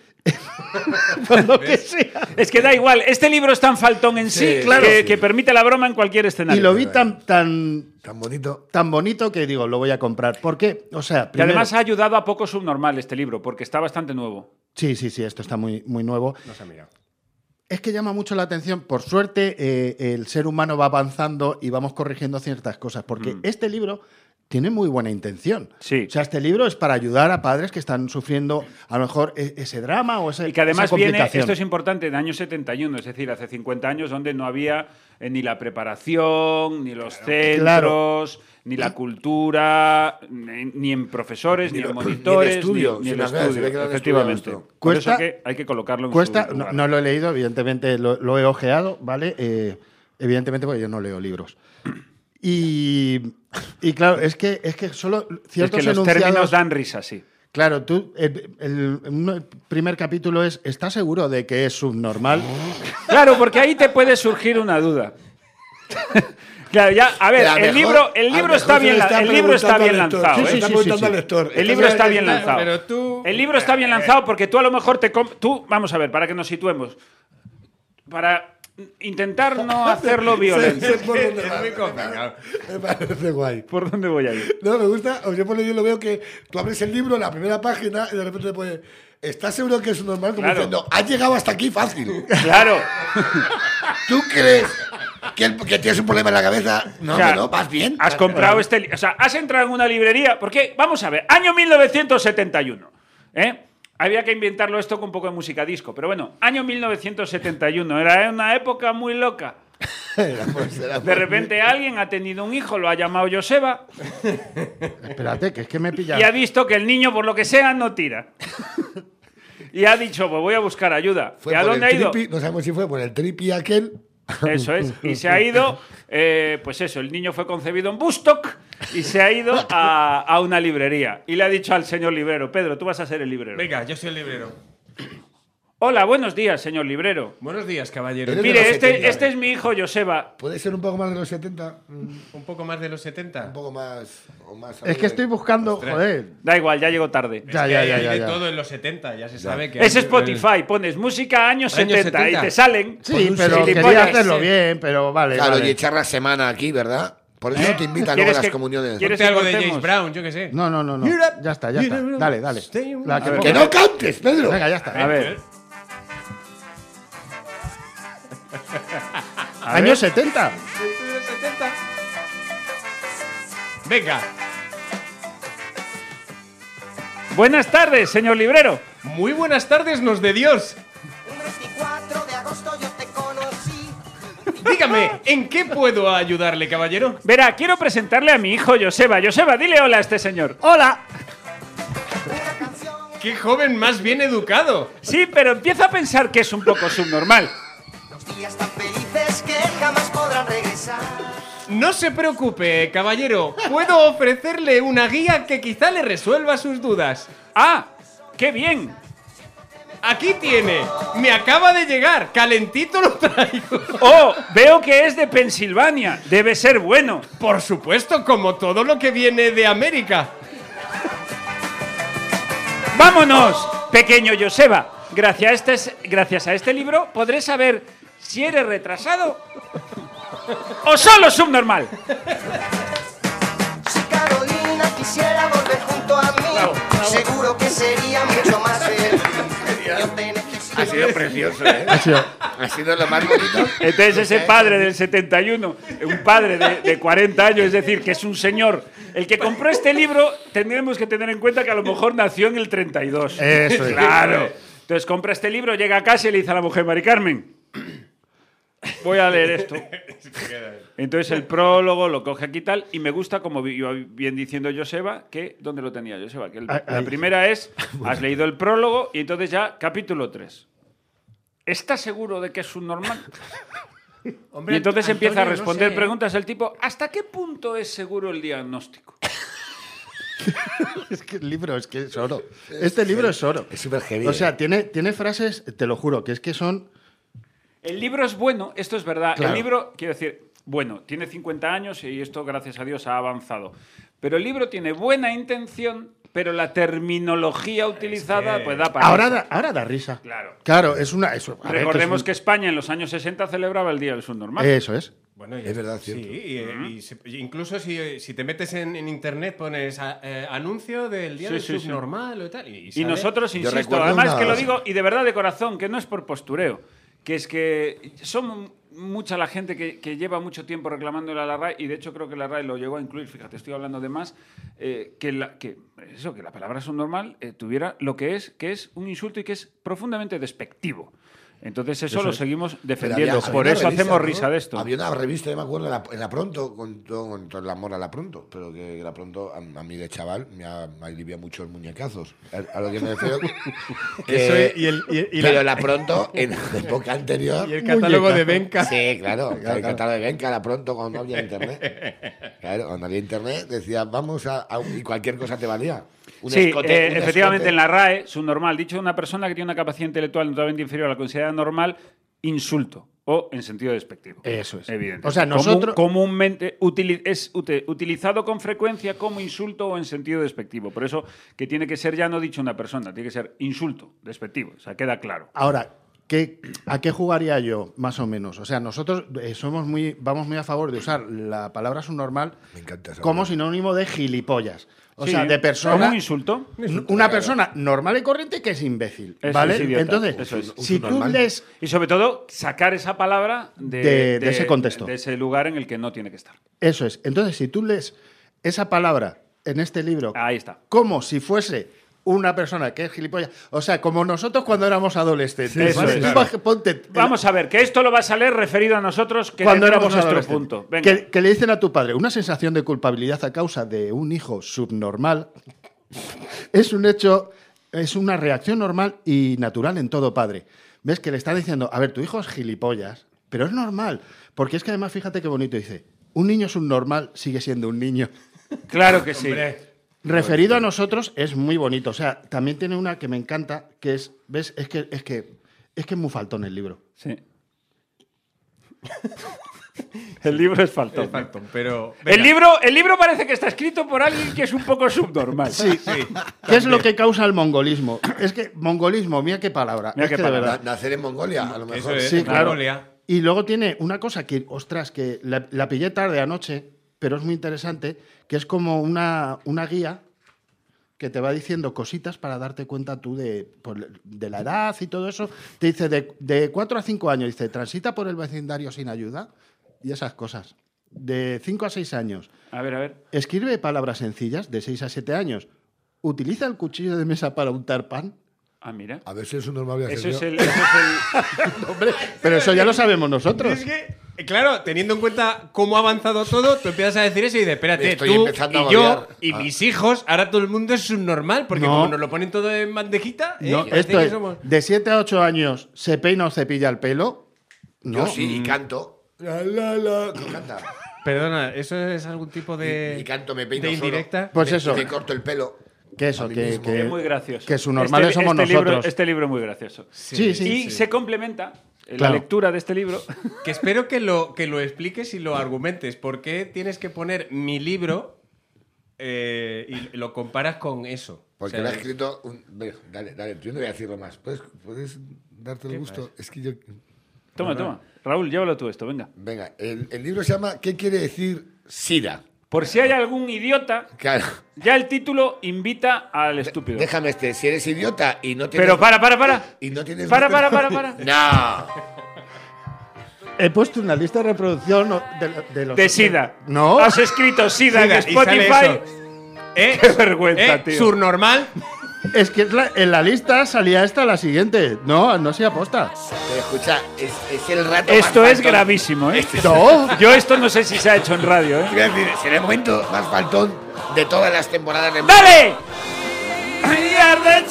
Speaker 4: Por lo que sea.
Speaker 2: vale. Es que da igual, este libro es tan faltón en sí,
Speaker 4: claro.
Speaker 2: que, que permite la broma en cualquier
Speaker 4: Y
Speaker 2: escenario.
Speaker 4: lo vi tan, tan,
Speaker 6: Tan bonito.
Speaker 4: tan bonito que digo, lo voy a comprar. ¿Por qué? O sea,
Speaker 2: que
Speaker 4: primero-
Speaker 2: además ha ayudado a poco subnormal este libro, porque está bastante nuevo.
Speaker 4: Sí, sí, sí, esto está muy, muy nuevo.
Speaker 5: No se ha mirado.
Speaker 4: Es que llama mucho la atención. Por suerte, eh, el ser humano va avanzando y vamos corrigiendo ciertas cosas, porque este libro tiene muy buena intención.
Speaker 2: Mm. Sí.
Speaker 4: O sea, este libro es para ayudar a padres que están sufriendo a lo mejor e- ese drama o ese,
Speaker 2: Y que además
Speaker 4: esa
Speaker 2: viene,
Speaker 4: complicación.
Speaker 2: esto es importante, en año 71, es decir, hace 50 años, donde no había eh, ni la preparación, ni los
Speaker 4: Claro.
Speaker 2: centros, ni la cultura, ni, ni en profesores, ni, en
Speaker 6: ni en
Speaker 2: monitores, ni,
Speaker 6: estudio,
Speaker 2: ni
Speaker 6: sin
Speaker 2: el
Speaker 6: las redes,
Speaker 2: estudio.
Speaker 6: se ve que no han
Speaker 2: Efectivamente.
Speaker 6: estudiado esto.
Speaker 2: Por
Speaker 4: Cuesta-
Speaker 2: eso que hay que colocarlo en
Speaker 4: Cuesta,
Speaker 2: su
Speaker 4: no,
Speaker 2: lugar.
Speaker 4: no lo he leído, evidentemente lo, lo he ojeado, ¿vale? Eh, evidentemente porque yo no leo libros. Y, y claro, es que, es que solo
Speaker 2: es
Speaker 4: ciertos
Speaker 2: que los
Speaker 4: enunciados-
Speaker 2: términos dan risa, sí.
Speaker 4: Claro, tú, eh, el, un- primer capítulo es, ¿estás seguro de que es subnormal?
Speaker 2: Claro, porque ahí te puede surgir una duda. claro, ya, a ver,
Speaker 6: Pero a
Speaker 2: el
Speaker 6: mejor-
Speaker 2: libro, el
Speaker 6: a
Speaker 2: libro
Speaker 6: mejor
Speaker 2: está
Speaker 6: se le
Speaker 2: bien, la-
Speaker 6: está
Speaker 2: el libro está
Speaker 6: preguntando
Speaker 2: bien
Speaker 6: al lector.
Speaker 2: lanzado.
Speaker 3: Sí,
Speaker 2: ¿eh?
Speaker 3: sí,
Speaker 6: está
Speaker 3: sí,
Speaker 6: preguntando
Speaker 3: sí.
Speaker 6: al lector.
Speaker 2: El libro está bien
Speaker 5: Está-
Speaker 2: lanzado.
Speaker 5: pero tú- eh,
Speaker 2: El libro está bien lanzado porque tú a lo mejor te... com- Tú, vamos a ver, para que nos situemos. Para intentar no hacerlo violento.
Speaker 3: Sé- sé por dónde
Speaker 5: Es
Speaker 3: va.
Speaker 5: muy complicado.
Speaker 3: Me parece guay.
Speaker 2: ¿Por dónde voy a ir?
Speaker 3: No, me gusta. o Yo por lo yo lo veo que tú abres el libro, la primera página, y de repente te pone. ¿Estás seguro que es normal? Como
Speaker 2: Claro.
Speaker 3: diciendo, has llegado hasta aquí fácil.
Speaker 2: Claro.
Speaker 6: ¿Tú crees que, el- que tienes un problema en la cabeza? No,
Speaker 2: O sea,
Speaker 6: no, no, vas bien.
Speaker 2: Has comprado este li- O sea, has entrado en una librería. Porque, vamos a ver, año 1971. ¿eh? Había que inventarlo esto con un poco de música disco. Pero bueno, año 1971. Era una época muy loca. De repente alguien ha tenido un hijo, lo ha llamado Joseba
Speaker 4: Espérate, que es que me
Speaker 2: y
Speaker 4: he
Speaker 2: ha
Speaker 4: pillado.
Speaker 2: visto que el niño, por lo que sea, no tira. y ha dicho, pues voy a buscar ayuda.
Speaker 3: Fue
Speaker 2: ¿Y a
Speaker 3: por
Speaker 2: dónde ha
Speaker 3: el
Speaker 2: ido?
Speaker 3: tripi, no sabemos si fue por el tripi aquel.
Speaker 2: Eso es. Y se ha ido, eh, pues eso, el niño fue concebido en Bustock y se ha ido a, a una librería. Y le ha dicho al señor librero, Pedro, tú vas a ser el librero.
Speaker 5: Venga, yo soy el librero.
Speaker 2: Hola, buenos días, señor librero.
Speaker 5: Buenos días, caballero.
Speaker 3: Eres de
Speaker 2: Mire,
Speaker 3: los
Speaker 2: este,
Speaker 3: 70,
Speaker 2: este es mi hijo Joseba.
Speaker 3: Puede ser un poco más de los 70, un
Speaker 5: Un poco más de los 70.
Speaker 6: poco más. o más
Speaker 4: Es que estoy buscando,
Speaker 5: Ostras.
Speaker 4: joder.
Speaker 2: Da igual, ya llegó tarde.
Speaker 4: Ya,
Speaker 5: Que
Speaker 4: ya,
Speaker 5: hay
Speaker 4: ya,
Speaker 5: de
Speaker 4: ya, ya.
Speaker 5: todo en los 70, ya se sabe que...
Speaker 2: Es
Speaker 5: hay-
Speaker 2: Spotify, pones música años,
Speaker 5: Años
Speaker 2: 70, y
Speaker 5: 70.
Speaker 2: te salen.
Speaker 4: Sí,
Speaker 2: Con un
Speaker 4: pero
Speaker 2: gilipollas.
Speaker 4: quería hacerlo bien, pero vale.
Speaker 6: Claro,
Speaker 4: vale.
Speaker 6: y echar la semana aquí, ¿verdad? Por eso te invitan luego
Speaker 2: ¿Eh? ¿Quieres
Speaker 6: a las
Speaker 2: que-
Speaker 6: comuniones.
Speaker 2: quieres-
Speaker 5: Ponte algo de
Speaker 2: cortemos.
Speaker 5: James Brown, yo qué sé.
Speaker 4: No, no, no, no. Ya está, ya está. Dale, dale. La que
Speaker 6: ¡Que
Speaker 4: ponga.
Speaker 6: no cantes, Pedro!
Speaker 4: Venga, ya está.
Speaker 2: A ver,
Speaker 4: Años 70.
Speaker 5: Venga.
Speaker 2: buenas tardes, señor librero.
Speaker 5: Muy buenas tardes, nos de Dios.
Speaker 9: Un 24 de agosto yo te conocí.
Speaker 5: Dígame, ¿en qué puedo ayudarle, caballero?
Speaker 2: Verá, quiero presentarle a mi hijo Joseba. Joseba, dile hola a este señor.
Speaker 4: Hola.
Speaker 9: Una canción
Speaker 5: ¡Qué joven más bien educado!
Speaker 2: Sí, pero empieza a pensar que es un poco subnormal.
Speaker 9: los días tan felices que jamás podrán regresar.
Speaker 5: No se preocupe, caballero. Puedo ofrecerle una guía que quizá le resuelva sus dudas.
Speaker 2: ¡Ah! ¡Qué bien!
Speaker 5: Aquí tiene. Me acaba de llegar. Calentito lo traigo.
Speaker 2: ¡Oh! Veo que es de Pensilvania. Debe ser bueno.
Speaker 5: Por supuesto, como todo lo que viene de América.
Speaker 2: ¡Vámonos! Pequeño Joseba. Gracias a este, s- gracias a este libro podré saber si eres retrasado o solo subnormal.
Speaker 9: Si Carolina quisiera volver junto a mí, seguro que sería mucho más feliz. Yo te necesito.
Speaker 6: Ha sido precioso, ¿eh? Ha sido lo más bonito.
Speaker 2: Entonces ese padre del 71, un padre de, de 40 años, es decir, que es un señor, el que compró este libro, tendremos que tener en cuenta que a lo mejor nació en el 32.
Speaker 4: Eso es.
Speaker 2: Claro. Entonces compra este libro, llega a casa y le dice a la mujer, Mari Carmen, voy a leer esto. Entonces el prólogo lo coge aquí tal y me gusta, como vi- iba bien diciendo Joseba, que ¿dónde lo tenía Joseba? Que el-
Speaker 4: Ah,
Speaker 2: la
Speaker 4: ahí.
Speaker 2: primera es, has leído el prólogo y entonces ya capítulo 3. ¿Estás seguro de que es un normal? y entonces empieza a responder preguntas del tipo, ¿hasta qué punto es seguro el diagnóstico?
Speaker 4: Es que el libro es que es oro. Este libro es oro.
Speaker 6: Es súper heavy.
Speaker 4: O
Speaker 6: ¿eh?
Speaker 4: sea, tiene, tiene frases, te lo juro, que es que son.
Speaker 2: El libro es bueno, esto es verdad.
Speaker 4: Claro.
Speaker 2: El libro, quiero decir, bueno, tiene 50 años y esto, gracias a Dios, ha avanzado. Pero el libro tiene buena intención, pero la terminología utilizada pues da para...
Speaker 4: Ahora
Speaker 2: eso.
Speaker 4: da, ahora da risa.
Speaker 2: Claro.
Speaker 4: Claro, es una. es- a ver,
Speaker 2: Recordemos que,
Speaker 4: es
Speaker 2: España en los años 60 celebraba el Día del Subnormal.
Speaker 4: un- Eso es.
Speaker 5: Bueno,
Speaker 6: Es verdad,
Speaker 5: sí,
Speaker 6: cierto.
Speaker 5: y, eh, y se- y incluso si, si te metes en, en internet pones a- eh, anuncio del día
Speaker 2: Sí,
Speaker 5: del
Speaker 2: sí, sí.
Speaker 5: subnormal o tal. Y, y
Speaker 2: Y
Speaker 5: sale-
Speaker 2: nosotros, insisto,
Speaker 6: recuerdo
Speaker 2: además
Speaker 6: una-
Speaker 2: que lo digo y de verdad de corazón, que no es por postureo, que es que son mucha la gente que, que lleva mucho tiempo reclamándole a la RAI y de hecho creo que la RAI lo llegó a incluir, fíjate, estoy hablando de más, eh, que, la, que eso, que la palabra subnormal eh, tuviera lo que es, que es un insulto y que es profundamente despectivo. Entonces eso, lo seguimos
Speaker 6: Pero
Speaker 2: defendiendo,
Speaker 6: había- había
Speaker 2: por
Speaker 6: una
Speaker 2: eso
Speaker 6: revista,
Speaker 2: hacemos
Speaker 6: ¿no?
Speaker 2: risa de esto.
Speaker 6: Había una revista, yo me acuerdo, en la, en la Pronto, con, todo- con todo el amor a la Pronto, pero que la Pronto, a, a mí de chaval, me ha me ha aliviado muchos muñecazos. A, a lo que me refiero. que-
Speaker 4: Eso es, y el- y- y la-
Speaker 6: pero la Pronto, en la época anterior.
Speaker 5: Y el catálogo de Benca.
Speaker 6: Sí, claro, claro, el catálogo de Benca, la Pronto, cuando no había internet. Claro, cuando había internet, decía, vamos a. a- y cualquier cosa te valía.
Speaker 8: un
Speaker 2: sí,
Speaker 8: escote,
Speaker 2: eh,
Speaker 8: un
Speaker 2: efectivamente,
Speaker 8: escote.
Speaker 2: en la RAE, subnormal, dicho de una persona que tiene una capacidad intelectual notablemente inferior a la considerada normal, insulto o en sentido despectivo.
Speaker 4: Eso es.
Speaker 2: Evidente.
Speaker 4: O sea,
Speaker 2: Comú-
Speaker 4: nosotros-
Speaker 2: comúnmente utili- es ute- utilizado con frecuencia como insulto o en sentido despectivo. Por eso que tiene que ser ya no dicho una persona, tiene que ser insulto, despectivo. O sea, queda claro.
Speaker 4: Ahora, ¿qué, ¿a qué jugaría yo, más o menos? O sea, nosotros eh, somos muy, vamos muy a favor de usar la palabra subnormal
Speaker 6: Me encanta esa
Speaker 4: como
Speaker 6: palabra.
Speaker 4: sinónimo de gilipollas. O
Speaker 2: Sí,
Speaker 4: sea, de persona.
Speaker 2: Como un insulto.
Speaker 4: Una persona normal y corriente que es imbécil.
Speaker 2: Eso
Speaker 4: ¿Vale?
Speaker 2: es idiota,
Speaker 4: Entonces,
Speaker 2: eso es.
Speaker 4: si tú
Speaker 6: subnormal.
Speaker 4: lees
Speaker 2: Y sobre todo, sacar esa palabra de,
Speaker 4: De- de ese contexto.
Speaker 2: De ese lugar en el que no tiene que estar.
Speaker 4: Eso es. Entonces, si tú lees esa palabra en este libro
Speaker 2: Ahí está.
Speaker 4: como si fuese una persona que es gilipollas, o sea, como nosotros cuando éramos adolescentes,
Speaker 2: Sí, eso
Speaker 4: ¿vale?
Speaker 2: es.
Speaker 4: Tú
Speaker 2: Claro.
Speaker 4: ponte
Speaker 2: Vamos a ver, que esto lo vas a leer referido a nosotros que
Speaker 4: cuando éramos
Speaker 2: nuestro
Speaker 4: adolescentes,
Speaker 2: punto. Venga.
Speaker 4: que, que le dicen a tu padre una sensación de culpabilidad a causa de un hijo subnormal es un hecho, es una reacción normal y natural en todo padre. Ves que le está diciendo, a ver, tu hijo es gilipollas, pero es normal, porque es que además fíjate qué bonito dice, un niño subnormal sigue siendo un niño.
Speaker 2: Claro que sí.
Speaker 4: Referido a nosotros es muy bonito. O sea, también tiene una que me encanta, que es, ¿ves? Es que es, que, es, que es muy faltón el libro.
Speaker 2: Sí. el libro es faltón.
Speaker 5: Phantom, pero.
Speaker 2: El libro, el libro parece que está escrito por alguien que es un poco subnormal. Sí,
Speaker 4: ¿Qué es lo que causa el mongolismo? Es que mongolismo, mira qué palabra.
Speaker 2: Mira
Speaker 4: es
Speaker 2: qué
Speaker 4: que de
Speaker 2: palabra.
Speaker 6: Na-
Speaker 4: verdad.
Speaker 6: Nacer en Mongolia, a lo
Speaker 5: Eso
Speaker 6: mejor.
Speaker 5: es.
Speaker 4: Sí, claro.
Speaker 5: Mongolia.
Speaker 4: Y luego tiene una cosa que, ostras, que la, la pillé tarde anoche, pero es muy interesante, que es como una, una guía que te va diciendo cositas para darte cuenta tú de, por- de la edad y todo eso. Te dice de, de 4 a 5 años, dice, transita por el vecindario sin ayuda y esas cosas. De 5 a 6 años,
Speaker 2: A ver, a ver.
Speaker 4: escribe palabras sencillas de 6 a 7 años. Utiliza el cuchillo de mesa para untar pan.
Speaker 2: Ah, mira.
Speaker 3: A ver si es un normal voy a
Speaker 2: Eso
Speaker 3: hacer
Speaker 2: es
Speaker 3: yo.
Speaker 2: el. eso es el-
Speaker 4: Hombre, pero eso ya lo sabemos nosotros.
Speaker 5: Es que, eh, claro, teniendo en cuenta cómo ha avanzado todo, tú empiezas a decir eso y dices, espérate,
Speaker 6: Estoy
Speaker 5: tú
Speaker 6: empezando a
Speaker 5: y yo
Speaker 6: agobiar.
Speaker 5: y
Speaker 6: Ah.
Speaker 5: mis hijos, ahora todo el mundo es subnormal, porque
Speaker 4: No.
Speaker 5: como nos lo ponen todo en bandejita, eh,
Speaker 4: No,
Speaker 5: parece
Speaker 4: esto
Speaker 5: que
Speaker 4: es,
Speaker 5: somos-
Speaker 4: de 7 a 8 años, ¿se peina o cepilla el pelo?
Speaker 6: Yo
Speaker 4: No.
Speaker 6: sí, y canto. La, la, la. No canta.
Speaker 5: Perdona, ¿eso es algún tipo de.
Speaker 6: Y canto, me peino
Speaker 5: Eh, de
Speaker 6: solo.
Speaker 5: indirecta?
Speaker 4: Pues
Speaker 6: Me-
Speaker 4: eso.
Speaker 6: Me corto el pelo.
Speaker 4: Que eso,
Speaker 6: A mí
Speaker 4: que,
Speaker 6: mismo.
Speaker 4: que-
Speaker 2: es muy gracioso.
Speaker 4: Que subnormales
Speaker 2: Este-
Speaker 4: somos
Speaker 2: este
Speaker 4: nosotros.
Speaker 2: Libro, este libro es muy gracioso.
Speaker 4: sí, sí.
Speaker 2: y se complementa eh,
Speaker 4: Claro.
Speaker 2: la lectura de este libro.
Speaker 5: Que espero que lo, que lo expliques y lo argumentes. ¿Por qué tienes que poner mi libro eh, y lo comparas con eso?
Speaker 6: Porque
Speaker 5: O
Speaker 6: lo
Speaker 5: sea,
Speaker 6: ha escrito. un- Ve, Dale, dale, yo no voy a decirlo más. ¿Puedes, puedes darte el gusto? Es que yo.
Speaker 2: Toma, toma. Raúl, llévalo tú esto, venga.
Speaker 6: Venga, el, el libro se llama ¿Qué quiere decir SIDA?
Speaker 2: Por si hay algún idiota,
Speaker 6: Claro.
Speaker 2: ya el título invita al estúpido.
Speaker 6: Déjame este, si eres idiota y no tienes.
Speaker 2: Pero para, para, para.
Speaker 6: Y no tienes.
Speaker 2: Para, para, para, para.
Speaker 6: No.
Speaker 4: He puesto una lista de reproducción de, de los.
Speaker 2: De SIDA.
Speaker 4: No.
Speaker 5: Ah,
Speaker 2: Has escrito SIDA, en
Speaker 5: y sale
Speaker 2: Spotify.
Speaker 5: eso. Eh,
Speaker 2: Qué vergüenza,
Speaker 5: eh,
Speaker 2: tío.
Speaker 5: Surnormal.
Speaker 4: Es que es la- en la lista salía esta, la siguiente. No, no se aposta.
Speaker 6: Pero escucha, es, es el rato. más
Speaker 2: Esto es
Speaker 6: faltón.
Speaker 2: gravísimo, ¿eh?
Speaker 6: Este.
Speaker 4: No.
Speaker 2: Yo esto no sé si se ha hecho en radio, ¿eh?
Speaker 6: Quiero
Speaker 4: Ah.
Speaker 6: decir, será el momento más faltón de todas las temporadas de.
Speaker 2: ¡Dale! We are the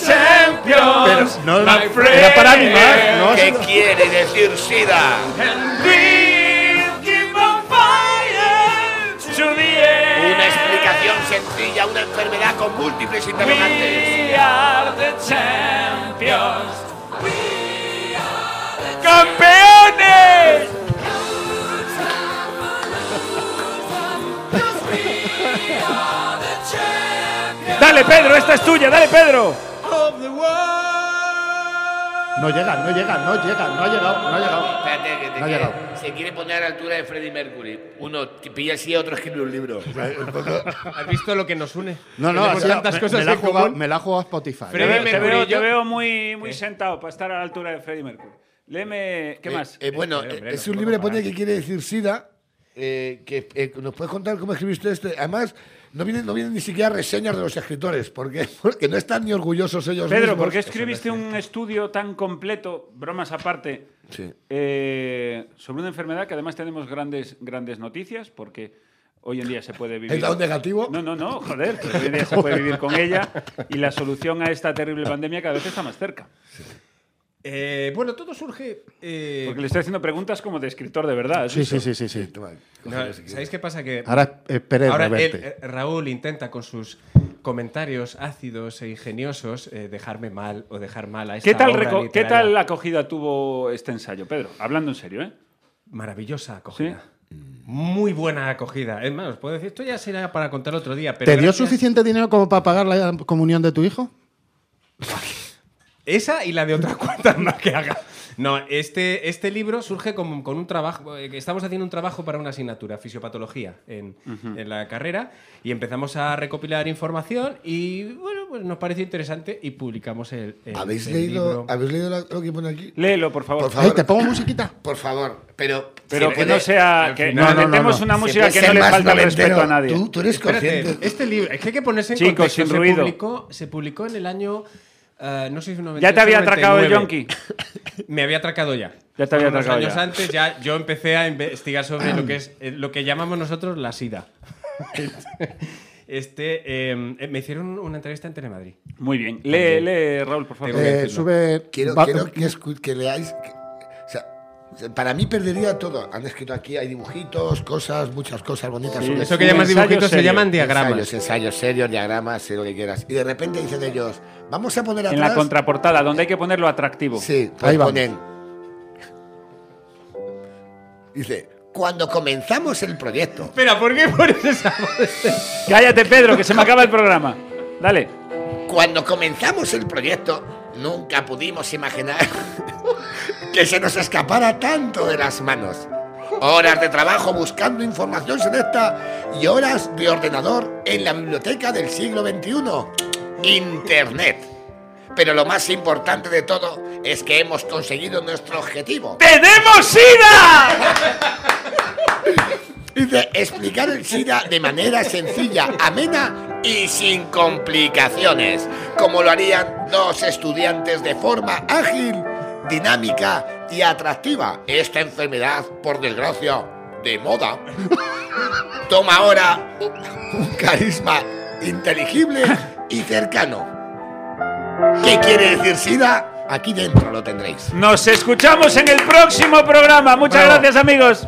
Speaker 4: Pero
Speaker 2: champions,
Speaker 4: no,
Speaker 2: my
Speaker 4: no, era para
Speaker 2: friend.
Speaker 4: animar, no,
Speaker 6: ¿Qué
Speaker 4: sí, no.
Speaker 6: quiere decir SIDA?
Speaker 2: And we'll keep on fire to the end.
Speaker 6: Una explicación sencilla, una enfermedad con múltiples interrogantes.
Speaker 2: We are the champions. ¡Campeones! Dale, Pedro, esta es tuya, dale, Pedro.
Speaker 4: No llega, no llega, no llega, no ha llegado, no ha llegado.
Speaker 8: Espérate, que te
Speaker 4: No ha
Speaker 8: quiere-
Speaker 4: llegado.
Speaker 8: se quiere poner a la altura de Freddie Mercury. Uno te pilla así, otro escribe un libro.
Speaker 5: ¿Has visto lo que nos une?
Speaker 4: No, no, ha
Speaker 5: Tenemos
Speaker 4: sido-
Speaker 5: tantas
Speaker 4: me,
Speaker 5: cosas
Speaker 4: me la ha
Speaker 5: en común.
Speaker 4: jugado, me la ha jugado Spotify.
Speaker 2: Te
Speaker 5: Freddie
Speaker 2: veo, te veo-
Speaker 5: Mercury,
Speaker 2: te
Speaker 5: yo-
Speaker 2: veo muy, muy sentado para estar a la altura de Freddie Mercury. Léeme, ¿qué más?
Speaker 6: Eh. Eh, eh, bueno,
Speaker 5: Hombre,
Speaker 6: eh,
Speaker 5: hombre,
Speaker 6: es
Speaker 5: no
Speaker 6: un
Speaker 5: puedo
Speaker 6: libro que
Speaker 5: parar.
Speaker 6: pone que quiere decir SIDA. eh, que eh, ¿Nos puedes contar cómo escribiste este? Además, no vienen, no vienen ni siquiera reseñas de los escritores, porque, porque no están ni orgullosos ellos
Speaker 2: Pedro,
Speaker 6: mismos.
Speaker 2: ¿por qué escribiste un estudio tan completo, bromas aparte,
Speaker 6: Sí.
Speaker 2: eh, sobre una enfermedad que además tenemos grandes, grandes noticias porque hoy en día se puede vivir...
Speaker 6: ¿Es dado negativo?
Speaker 2: No, no, no, joder, que hoy en día se puede vivir con ella y la solución a esta terrible pandemia cada vez está más cerca.
Speaker 5: Eh, bueno, todo surge. eh,
Speaker 2: Porque le estoy haciendo preguntas como de escritor de verdad. ¿has
Speaker 4: Sí,
Speaker 2: visto?
Speaker 4: sí, sí, sí, sí.
Speaker 8: Toma,
Speaker 5: no,
Speaker 8: cógelo si quieres.
Speaker 5: ¿Sabéis qué pasa? Que
Speaker 4: Ahora es Pérez
Speaker 5: ahora
Speaker 4: Reverte.
Speaker 5: él, eh, Raúl intenta con sus comentarios ácidos e ingeniosos eh, dejarme mal o dejar mal a esta
Speaker 2: ¿Qué tal,
Speaker 5: obra
Speaker 2: reco- ¿Qué
Speaker 5: literaria.
Speaker 2: tal la acogida tuvo este ensayo, Pedro? Hablando en serio, ¿eh?
Speaker 5: Maravillosa acogida. Muy buena acogida. Es más, os puedo decir, esto ya será para contar otro día. Pero
Speaker 4: ¿Te dio
Speaker 5: gracias-
Speaker 4: suficiente dinero como para pagar la comunión de tu hijo?
Speaker 5: Esa y la de otras cuantas más que haga. No, este, este libro surge con, con un trabajo. eh, que Estamos haciendo un trabajo para una asignatura, fisiopatología, en, en la carrera, y empezamos a recopilar información. Y bueno, pues nos pareció interesante y publicamos el. el-
Speaker 8: ¿Habéis
Speaker 5: el
Speaker 8: leído,
Speaker 5: libro.
Speaker 8: ¿habéis leído la- lo que pone aquí?
Speaker 2: Léelo, por favor.
Speaker 8: Por
Speaker 4: Ay,
Speaker 8: favor,
Speaker 4: te pongo musiquita.
Speaker 8: por favor. Pero,
Speaker 2: Pero
Speaker 8: se
Speaker 2: que
Speaker 8: puede-
Speaker 2: no sea. Que
Speaker 4: final- No, no, no,
Speaker 2: metemos
Speaker 4: no.
Speaker 2: una
Speaker 8: se
Speaker 2: música
Speaker 8: puede
Speaker 2: que
Speaker 8: ser
Speaker 2: no le
Speaker 8: más
Speaker 2: falta el
Speaker 8: noventero.
Speaker 2: respeto a nadie.
Speaker 8: Tú, tú eres
Speaker 5: Espérate,
Speaker 8: consciente.
Speaker 5: este libro, es que hay que ponerse en
Speaker 2: Chicos,
Speaker 5: contexto.
Speaker 2: sin
Speaker 5: se
Speaker 2: ruido.
Speaker 5: Publicó, se publicó en el año. eh, no sé si 98,
Speaker 2: Ya te había atracado el
Speaker 5: 99.
Speaker 2: yonki.
Speaker 5: Me había atracado ya.
Speaker 2: Ya te había
Speaker 5: Unos
Speaker 2: atracado
Speaker 5: años
Speaker 2: ya.
Speaker 5: antes ya yo empecé a investigar sobre lo que es eh, lo que llamamos nosotros la sida. Este, eh, me hicieron una entrevista en Telemadrid.
Speaker 2: Muy bien. Lee, lee, Raúl, por favor.
Speaker 5: Tengo que-
Speaker 4: Eh, sube.
Speaker 8: Quiero,
Speaker 4: va-
Speaker 8: quiero que, escu- que leáis. que- o sea, para mí perdería todo. Han escrito aquí, hay dibujitos, cosas, muchas cosas bonitas.
Speaker 2: Sí,
Speaker 8: sobre
Speaker 5: Eso que
Speaker 2: un
Speaker 5: llamas
Speaker 2: ensayo
Speaker 5: dibujitos se
Speaker 2: serio.
Speaker 5: llaman diagramas.
Speaker 8: Ensayos, ensayos serios, diagramas, sé lo que quieras. Y de repente dicen ellos, vamos a poner
Speaker 2: En
Speaker 8: atrás.
Speaker 2: la contraportada, donde hay que ponerlo atractivo.
Speaker 8: Sí,
Speaker 4: Ahí
Speaker 8: ahí
Speaker 4: vamos.
Speaker 8: ponen. Dice, cuando comenzamos el proyecto.
Speaker 5: Espera, ¿por qué pones esa
Speaker 2: Cállate, Pedro, que se me acaba el programa. Dale.
Speaker 8: Cuando comenzamos el proyecto, nunca pudimos imaginar que se nos escapara tanto de las manos. Horas de trabajo buscando información selecta y horas de ordenador en la biblioteca del siglo XXI, Internet. Pero lo más importante de todo es que hemos conseguido nuestro objetivo.
Speaker 2: ¡Tenemos SIDA!
Speaker 8: Dice, explicar el SIDA de manera sencilla, amena y sin complicaciones, como lo harían dos estudiantes de forma ágil, dinámica y atractiva. Esta enfermedad, por desgracia, de moda, toma ahora un carisma inteligible y cercano. ¿Qué quiere decir SIDA? Aquí dentro lo tendréis.
Speaker 2: Nos escuchamos en el próximo programa. Muchas gracias, amigos.